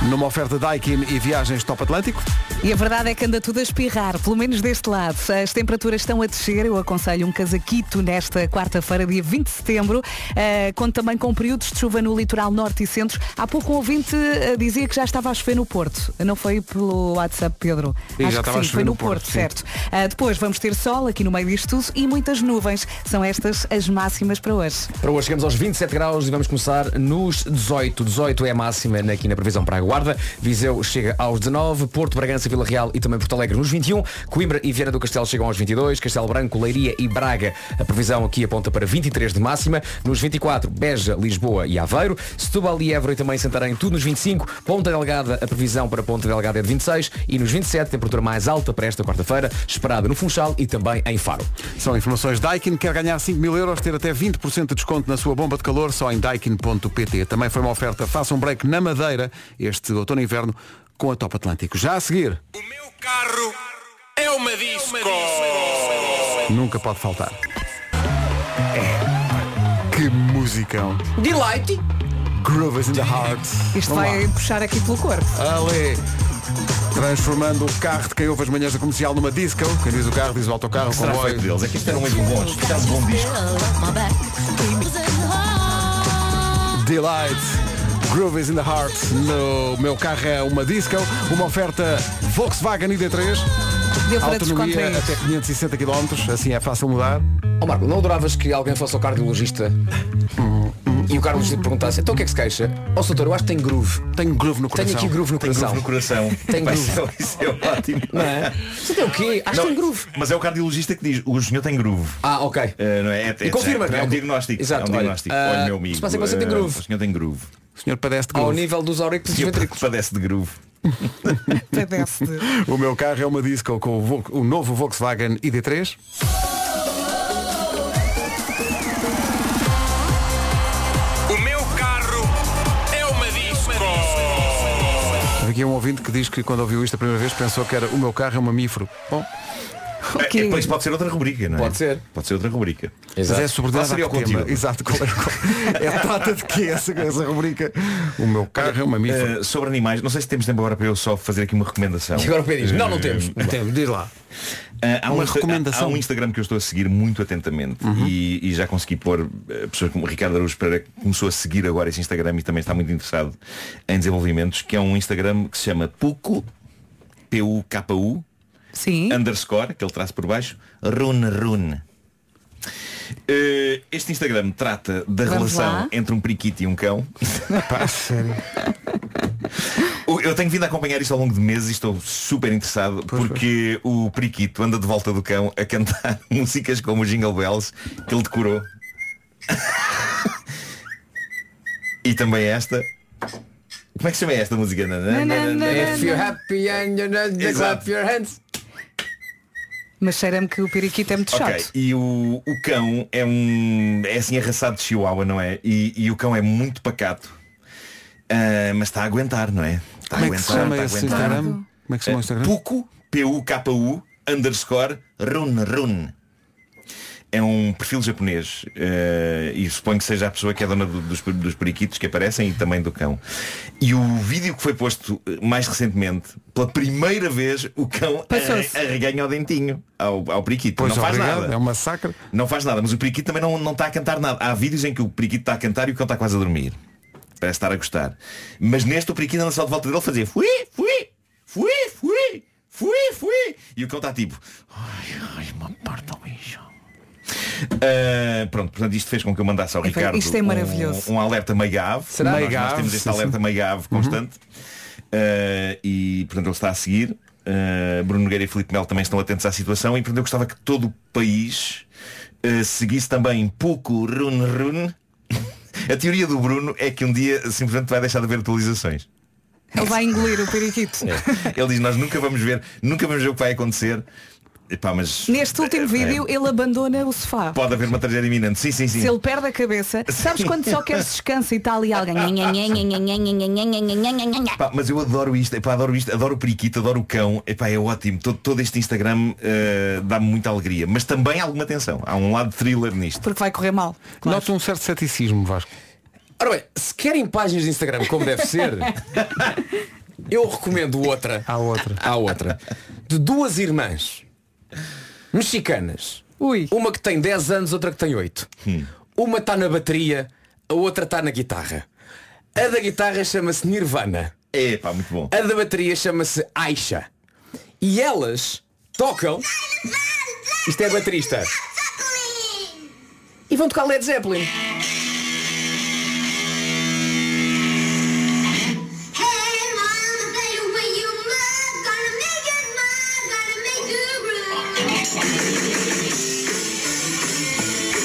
Numa oferta Daikin e viagens Top Atlântico. E a verdade é que anda tudo a espirrar, pelo menos deste lado. As temperaturas estão a descer, eu aconselho um casaquito nesta quarta-feira, dia 20 de setembro. Eh, conto também com períodos de chuva no litoral norte e centro. Há pouco um ouvinte eh, dizia que já estava a chover no Porto. Não foi pelo WhatsApp, Pedro? Sim, Acho já que estava a sim, chover foi no no, Porto, Porto, sim. certo. Eh, depois vamos ter sol aqui no meio disto tudo e muitas nuvens. São estas as máximas para hoje. Para hoje chegamos aos 27 graus e vamos começar nos 18. 18 é a máxima aqui na previsão para a Guarda. Viseu chega aos 19, Porto, Bragança, Vila Real e também Porto Alegre nos 21. Coimbra e Vieira do Castelo chegam aos 22. Castelo Branco, Leiria e Braga. A previsão aqui aponta para 23 de máxima. Nos 24, Beja, Lisboa e Aveiro. Setúbal e Évora e também Santarém, tudo nos 25. Ponta Delgada, a previsão para Ponta Delgada é de 26. E nos 27, temperatura mais alta para esta quarta-feira, esperada no Funchal e também em Faro. São informações Daikin, quer ganhar 5 mil euros, ter até 20% de desconto na sua bomba de calor só em daikin.pt. Também foi uma oferta, faça um break na Madeira este outono e inverno com a Top Atlântico. Já a seguir, Carro é uma disco. nunca pode faltar. É. Que musicão. Delight. Groove is in the heart. Isto Vamos vai puxar aqui pelo corpo. lá. Ale. Transformando o carro de quem ouve as manhãs da comercial numa disco. Quem diz o carro, diz o autocarro, o Será comboio. feito deles? É que isto era um mesmo bom. Isto era um bom disco. Delight. Groove is in the heart. No meu carro é uma disco, uma oferta Volkswagen ID3. Deu para Autonomia descontrair. até 560 km, assim é fácil mudar. Ó Marco, não adoravas que alguém fosse ao cardiologista Hum, e o cardiologista te perguntasse, então o que é que se queixa? Ó doutor, eu acho que tem groove. Tenho groove no Tenho aqui groove no Tem coração. groove no coração. Tem Vai, groove. Isso é ótimo. um Não é? Você tem o quê? Acho que tem groove. Mas é o cardiologista que diz, o senhor tem groove. Ah, ok. não é? É, é, E confirma, é, não é? um diagnóstico. Exato, é um olha, diagnóstico. ah, Olha, meu amigo. se passa que você tem ah, groove. Ah, O senhor tem groove. O senhor padece de Ao nível dos aurículos e dos ventrículos. Padece de groove. O meu carro é uma disco com o, Vol- o novo Volkswagen ID3. O meu carro é uma disco. Há Aqui um ouvinte que diz que quando ouviu isto a primeira vez pensou que era o meu carro é um mamífero. Bom, É, é, Depois pode ser outra rubrica, não é? Pode ser. Pode ser outra rubrica. mas é Qual subordinado seria ao o tema. conteúdo? Exato, qual era o con- é, trata de que essa, essa rubrica? O meu carro é um mamífero. Eh, sobre animais, não sei se temos tempo agora para eu só fazer aqui uma recomendação. E agora é o Pedro diz, "Não, não Eh, temos." Temos, diz lá. Eh, há Uma um, Insta- recomendação. Uhum. Há, um Instagram que eu estou a seguir muito atentamente e, e já consegui pôr eh, pessoas como o Ricardo Araújo Pereira que começou a seguir agora esse Instagram e também está muito interessado em desenvolvimentos, que é um Instagram que se chama Puku, P-U-K-U, underscore, que ele traz por baixo, Rune Rune. Eh, Este Instagram trata da Vamos relação lá. entre um periquito e um cão. Pá, sério. O- Eu tenho vindo a acompanhar isto ao longo de meses e estou super interessado porque o Periquito anda de volta do cão a cantar músicas como o Jingle Bells que ele decorou. e também esta. Como é que se chama esta música? Nana? If you're happy and you're not, then clap Exato. your hands. Mas cheira-me que o periquito é muito Ok, chato. e o, o cão é um. é assim arraçado de chihuahua, não é? E, e o cão é muito pacato. Ah, mas está a aguentar, não é? Está Como a é que se aguentar, chama está a esse aguentar. Instagram? Como é que se chama o Ah, Instagram? Pucu, P-U-K-U, underscore, run, run. É um perfil japonês eh, e suponho que seja a pessoa que é dona do- dos, dos periquitos que aparecem e também do cão. E o vídeo que foi posto eh, mais recentemente, pela primeira vez, o cão Passou-se. arre- arreganha o dentinho ao, ao periquito. Pois, não faz obrigado, nada. é um massacre. Não faz nada, mas o periquito também não, não está a cantar nada. Há vídeos em que o periquito está a cantar e o cão está quase a dormir. Parece estar a gostar. Mas neste o periquito anda só de volta dele a fazer fui, fui, fui, fui, fui, fui. E o cão está tipo. Ah, pronto, portanto isto fez com que eu mandasse ao Epá, Ricardo isto é um- maravilhoso. Um, alerta Maigave. Será? Nós- Nós, Maigave, temos este sim, alerta sim. Maigave constante. Ah, e portanto ele está a seguir. Ah, Bruno Nogueira e Filipe Melo também estão atentos à situação e portanto eu gostava que todo o país ah, seguisse também pouco run run. A teoria do Bruno é que um dia simplesmente vai deixar de haver atualizações. Ele vai engolir o periquito. É. Ele diz, nós nunca vamos ver, nunca vamos ver o que vai acontecer. Epá, mas Neste último vídeo ele abandona o sofá. pode haver uma tragédia iminente. Sim, sim, sim. Se ele perde a cabeça, sabes quando só queres descanso e está ali alguém. Pá, mas eu adoro isto, epá, adoro isto, adoro o periquito, adoro o cão, epá, é ótimo. Todo, todo este Instagram eh, dá-me muita alegria, mas também alguma tensão. Há um lado thriller nisto. Porque vai correr mal. Noto um certo ceticismo, Vasco. Ora bem, se querem páginas de Instagram como deve ser, eu recomendo outra. Há outra. Há outra. De duas irmãs mexicanas. Uma que tem 10 anos, outra que tem 8. Uma está na bateria, a outra está na guitarra. A da guitarra chama-se Nirvana. É, pá, muito bom. A da bateria chama-se Aisha. E elas tocam. Isto é baterista. E vão tocar Led Zeppelin.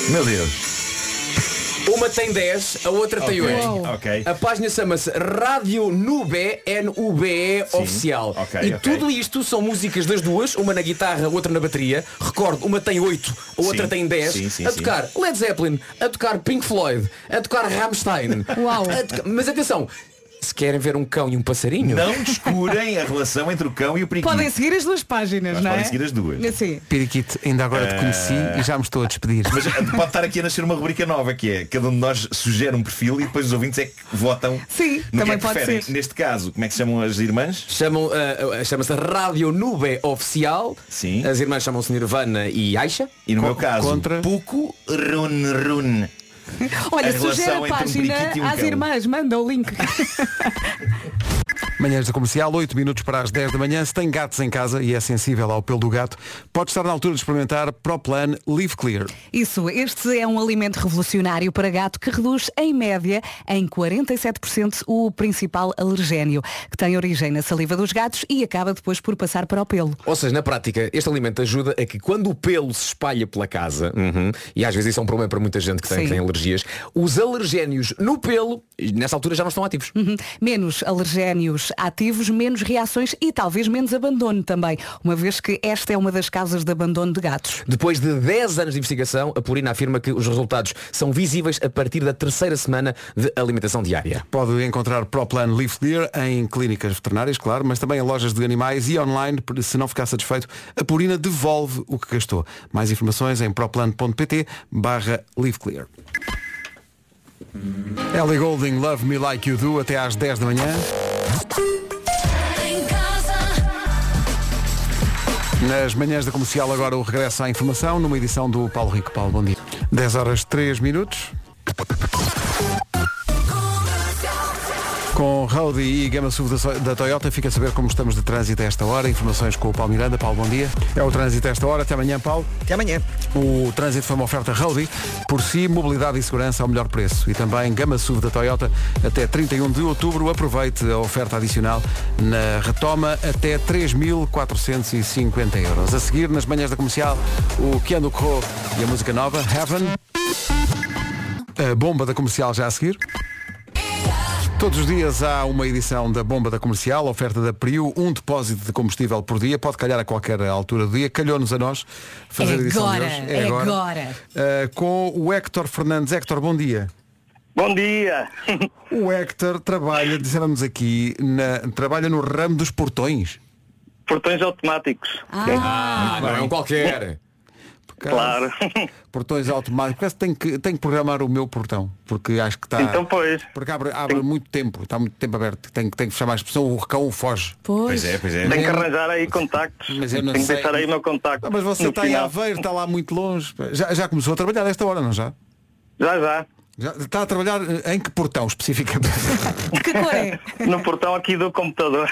Meu Deus. Uma tem 10, a outra tem Ok, 8. ok. A página chama-se Rádio Nube NUBE Sim, Oficial. ok, e ok. tudo isto são músicas das duas, uma na guitarra, outra na bateria. Recordo, uma tem 8, a outra Sim, tem 10. sim, sim, a sim. tocar Led Zeppelin, a tocar Pink Floyd, a tocar Rammstein. A toca- Mas atenção, se querem ver um cão e um passarinho. Não descurem a relação entre o cão e o periquito. Podem seguir as duas páginas, Mas não é? podem seguir as duas. Sim. Periquito, ainda agora te conheci Ah. e já me estou a despedir. Mas eh, pode estar aqui a nascer uma rubrica nova que é cada um de nós sugere um perfil e depois os ouvintes é que votam Sim, no que também é que pode preferem. ser. Neste caso, como é que se chamam as irmãs? Chamam, ah, ah, chama-se Rádio Nube Oficial. Sim. As irmãs chamam-se Nirvana e Aisha. E no meu caso, contra... Puco Run Run. Olha, A sugere relação a entre um página periquito e um às cão. irmãs, manda o link. Manhãs da Comercial, 8 minutos para as 10 da manhã. Se tem gatos em casa e é sensível ao pelo do gato, pode estar na altura de experimentar ProPlan Leave Clear. Isso, este é um alimento revolucionário para gato que reduz, em média, em 47% o principal alergénio, que tem origem na saliva dos gatos e acaba depois por passar para o pelo. Ou seja, na prática, este alimento ajuda a que quando o pelo se espalha pela casa, e às vezes isso é um problema para muita gente que tem, Sim. que tem alergias, os alergénios no pelo, nessa altura já não estão ativos. Uhum. Menos alergénios ativos, menos reações e talvez menos abandono também, uma vez que esta é uma das causas de abandono de gatos. Depois de 10 anos de investigação, a Purina afirma que os resultados são visíveis a partir da terceira semana de alimentação diária. Pode encontrar ProPlan Leaf Clear em clínicas veterinárias, claro, mas também em lojas de animais e online. Se não ficar satisfeito, a Purina devolve o que gastou. Mais informações em proplan.pt barra Leaf Clear. Ellie Golding, Love Me Like You Do, até às 10 da manhã. Nas manhãs da comercial, agora o regresso à informação, numa edição do Paulo Rico. Paulo, bom dia. 10 horas 3 minutos. Com Rody e gama SUV da, So- da Toyota, fica a saber como estamos de trânsito a esta hora. Informações com o Paulo Miranda. Paulo, bom dia. É o trânsito a esta hora. Até amanhã, Paulo. Até amanhã. O trânsito foi uma oferta Rody. Por si, mobilidade e segurança ao melhor preço. E também gama SUV da Toyota até 31 de outubro. Aproveite a oferta adicional na retoma até 3.450 euros. A seguir, nas manhãs da comercial, o Keanu Corro e a música nova, Heaven. A bomba da comercial já a seguir. Todos os dias há uma edição da Bomba da Comercial, oferta da Priu, um depósito de combustível por dia, pode calhar a qualquer altura do dia, calhou-nos a nós fazer a edição de agora, hoje. é agora. Uh, com o Héctor Fernandes. Héctor, bom dia. Bom dia. O Héctor trabalha, disseram-nos aqui, na- trabalha no ramo dos portões. Portões automáticos. Ah, não é um qualquer. Claro. Portões automáticos. Parece que tenho que, tenho que programar o meu portão, porque acho que está... Então, pois. Porque abre, abre muito tempo, está muito tempo aberto. Tem, tem que fechar mais pessoa, o cão foge. Pois. Pois é, pois é. Tem que arranjar aí contactos. Mas eu não Tem que sei. deixar aí o meu contacto. Ah, mas você no está em final. Aveiro, está tá lá muito longe. Já, já começou a trabalhar desta hora, não já? Já, já. Já está a trabalhar eh, em que portão especificamente? Que cor é? no portão aqui do computador.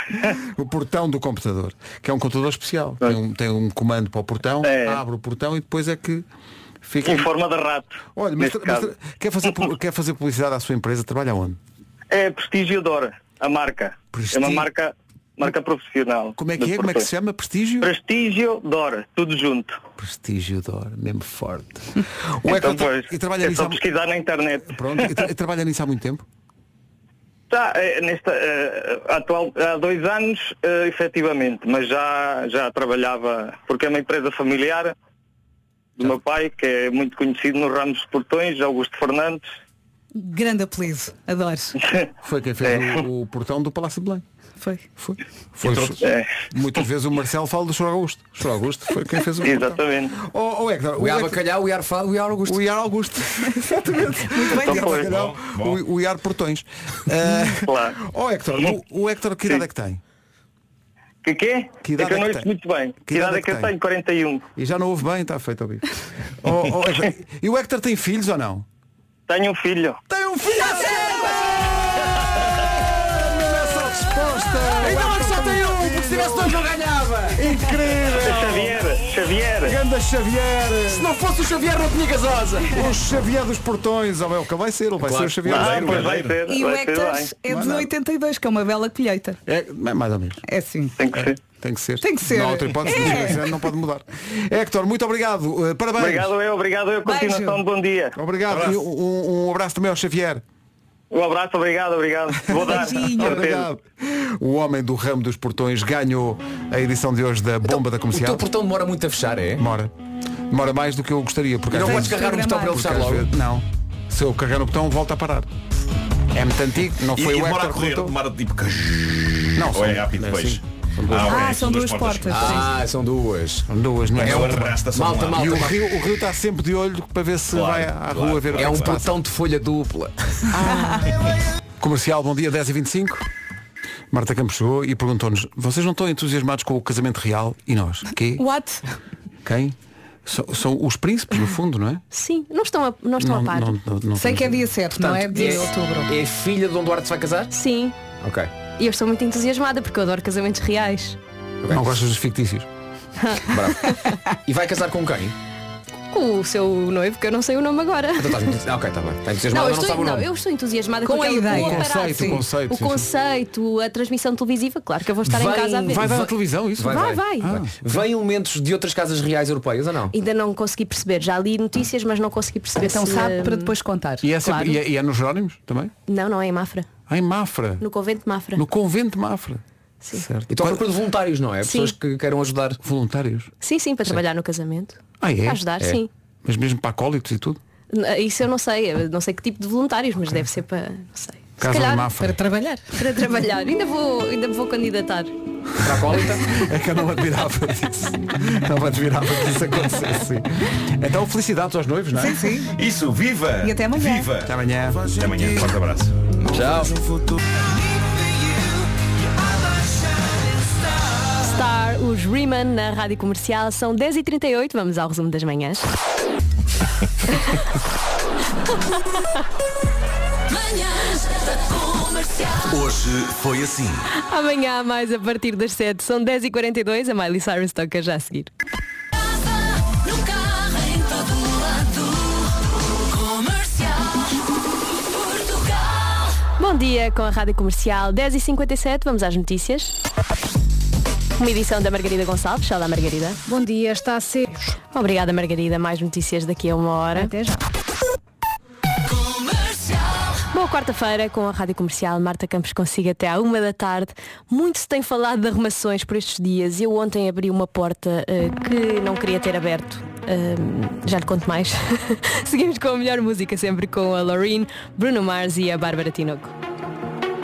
o portão do computador, que é um computador especial. Tem um, tem um comando para o portão, É. abre o portão e depois é que fica. Em forma de rato. Olha, mas, neste mas- caso. quer, fazer, pu- quer fazer publicidade à sua empresa, trabalha onde? É prestigiadora, a marca. É uma marca, marca profissional. Como é que é? Como é que se chama? Prestígio? Prestígio Dora, tudo junto. Prestígio Dor, mesmo forte. então, Héctor tra- pois, e trabalha é nisso só há- pesquisar na internet. Pronto, e, tra- e trabalha nisso há muito tempo? Tá, eh, nesta, eh, atual, há dois anos, eh, efetivamente, mas já, já trabalhava, porque é uma empresa familiar do meu pai, que é muito conhecido no ramo dos portões, Augusto Fernandes. Grande apelido, adores. Foi quem fez É. o, o portão do Palácio de Belém. Foi. Foi. Foi Entre o- outros. É. Muitas vezes o Marcelo fala do Sr. Augusto. O Sr. Augusto foi quem fez o portão. Exatamente. Oh, oh, Hector, O o Iar Hector- Bacalhau, o Iar Fado, o Iar Augusto. O Iar Augusto. Exatamente. bem, o Iar Então, pois. Bacalhau, Bom, bom. o, o Iar Portões. Ah, Claro. oh, Hector, o, o Hector que idade é que tem? Que quê? Que é idade que é eu não que ouço tem? muito bem. Que Que idade é que eu tem? tenho? 41. E já não ouve bem, está feito ao vivo. Oh, oh, Hector, e o Hector tem filhos ou não? Tenho um filho. Tem um filho! Essa resposta! Ainda bem que Então, só tem um, porque se tivesse dois não ganhava! Incrível! Xavier, Xavier. Ganda Xavier! Se não fosse o Xavier não tinha gasosa. O Xavier dos Portões, ó, o que vai ser, ele vai Claro. ser o Xavier. Ah, dos pois vai Portões. ser. E o Hector é de 82, que é uma bela colheita. É, mais ou menos. É sim. Tem que ser. Tem que ser. Tem que ser. Não há outra hipótese, É. infelizmente, não pode mudar. Hector, muito obrigado. Uh, parabéns. Obrigado eu, obrigado eu. Continuação de bom dia. Obrigado. E um, um abraço também ao Xavier. Um abraço, obrigado, obrigado. Vou dar. Com certeza. Obrigado. O homem do ramo dos portões ganhou a edição de hoje da bomba da comercial. Então, O teu portão demora muito a fechar, é? Demora. Demora mais do que eu gostaria. Porque E não às podes vezes- carregar no botão para ele Porque fechar às logo? vezes- Não. Se eu carregar no botão, volta a parar. É muito antigo, não E- foi o e demora Hector a que correr, botou. demora tipo... Não, Ou são- é rápido é depois? assim. Ah, ok, Ah, são duas portas. Ah, são duas. São duas, não é? É São um- duas. Malta, malta, E o malta. Rio, o Rio está sempre de olho para ver se vai à à rua ver o que É que um se passa. portão de folha dupla. Comercial, bom dia, 10 e 25 Marta Campos chegou e perguntou-nos Vocês não estão entusiasmados com o casamento real? E nós? Quê? What? Quem? So- são os príncipes, no fundo, não é? Sim, não estão a, não estão a par. não, não, não Sei que é dia 7, não é? De outubro. É filha de Dom Duarte que se vai casar? Sim, Ok. e eu estou muito entusiasmada porque eu adoro casamentos reais. Não gostas dos fictícios? Bravo. E vai casar com quem? Com o seu noivo, que eu não sei o nome agora. Então estás muito... Ah, ok, está bem. Está entusiasmado, eu não, não estou, sabe o nome. eu estou entusiasmada Com com, a aquele- ideia. o O paparazzi. conceito, o conceito, sim, O sim. conceito, a transmissão televisiva, claro que eu vou estar em casa a ver. Vai, vai. Ah. Vem elementos de outras casas reais europeias ou não? Ainda não consegui perceber. Já li notícias, mas não consegui perceber. Então se- sabe para depois contar. E é, sempre- Claro. e é- e é nos Jerónimos também? Não, não, é em Mafra. Ah, em Mafra No convento de Mafra. No convento de Mafra Sim. Certo. E estão à procura de voluntários, não é? Sim. Pessoas que queiram ajudar. Voluntários? Sim, sim, para trabalhar no casamento. Ah, é? Para ajudar, É. sim. Mas mesmo para acólitos e tudo? N- ah, Isso eu não sei, eu não sei que tipo de voluntários, mas deve ser para, não sei. Se Casa calhar, de Mafra trabalhar. Para trabalhar. Ainda vou, ainda me vou candidatar. Para É que eu não admirava disso Não admirava que isso acontecesse sim. Então felicidades aos noivos, não é? Sim, sim Isso, viva! E até amanhã. Viva! Até amanhã. Até amanhã. Forte abraço. Tchau. Star, os Riemann na Rádio Comercial, são 10h38, vamos ao resumo das manhãs. Manhãs da comercial. Hoje foi assim. Amanhã há mais a partir das 7. São 10h42. A Miley Cyrus toca já a seguir. No carro, em todo lado. Comercial. Portugal. Bom dia com a Rádio Comercial 10h57. Vamos às notícias. Uma edição da Margarida Gonçalves. Olá, Margarida. Bom dia, está a ser. Obrigada, Margarida. Mais notícias daqui a uma hora. Até já. Boa quarta-feira com a Rádio Comercial. Marta Campos consigo até à uma da tarde. Muito se tem falado de arrumações por estes dias. Eu ontem abri uma porta eh, que não queria ter aberto. Ahm, já lhe conto mais. Seguimos com a melhor música sempre com a Loreen, Bruno Mars e a Bárbara Tinoco.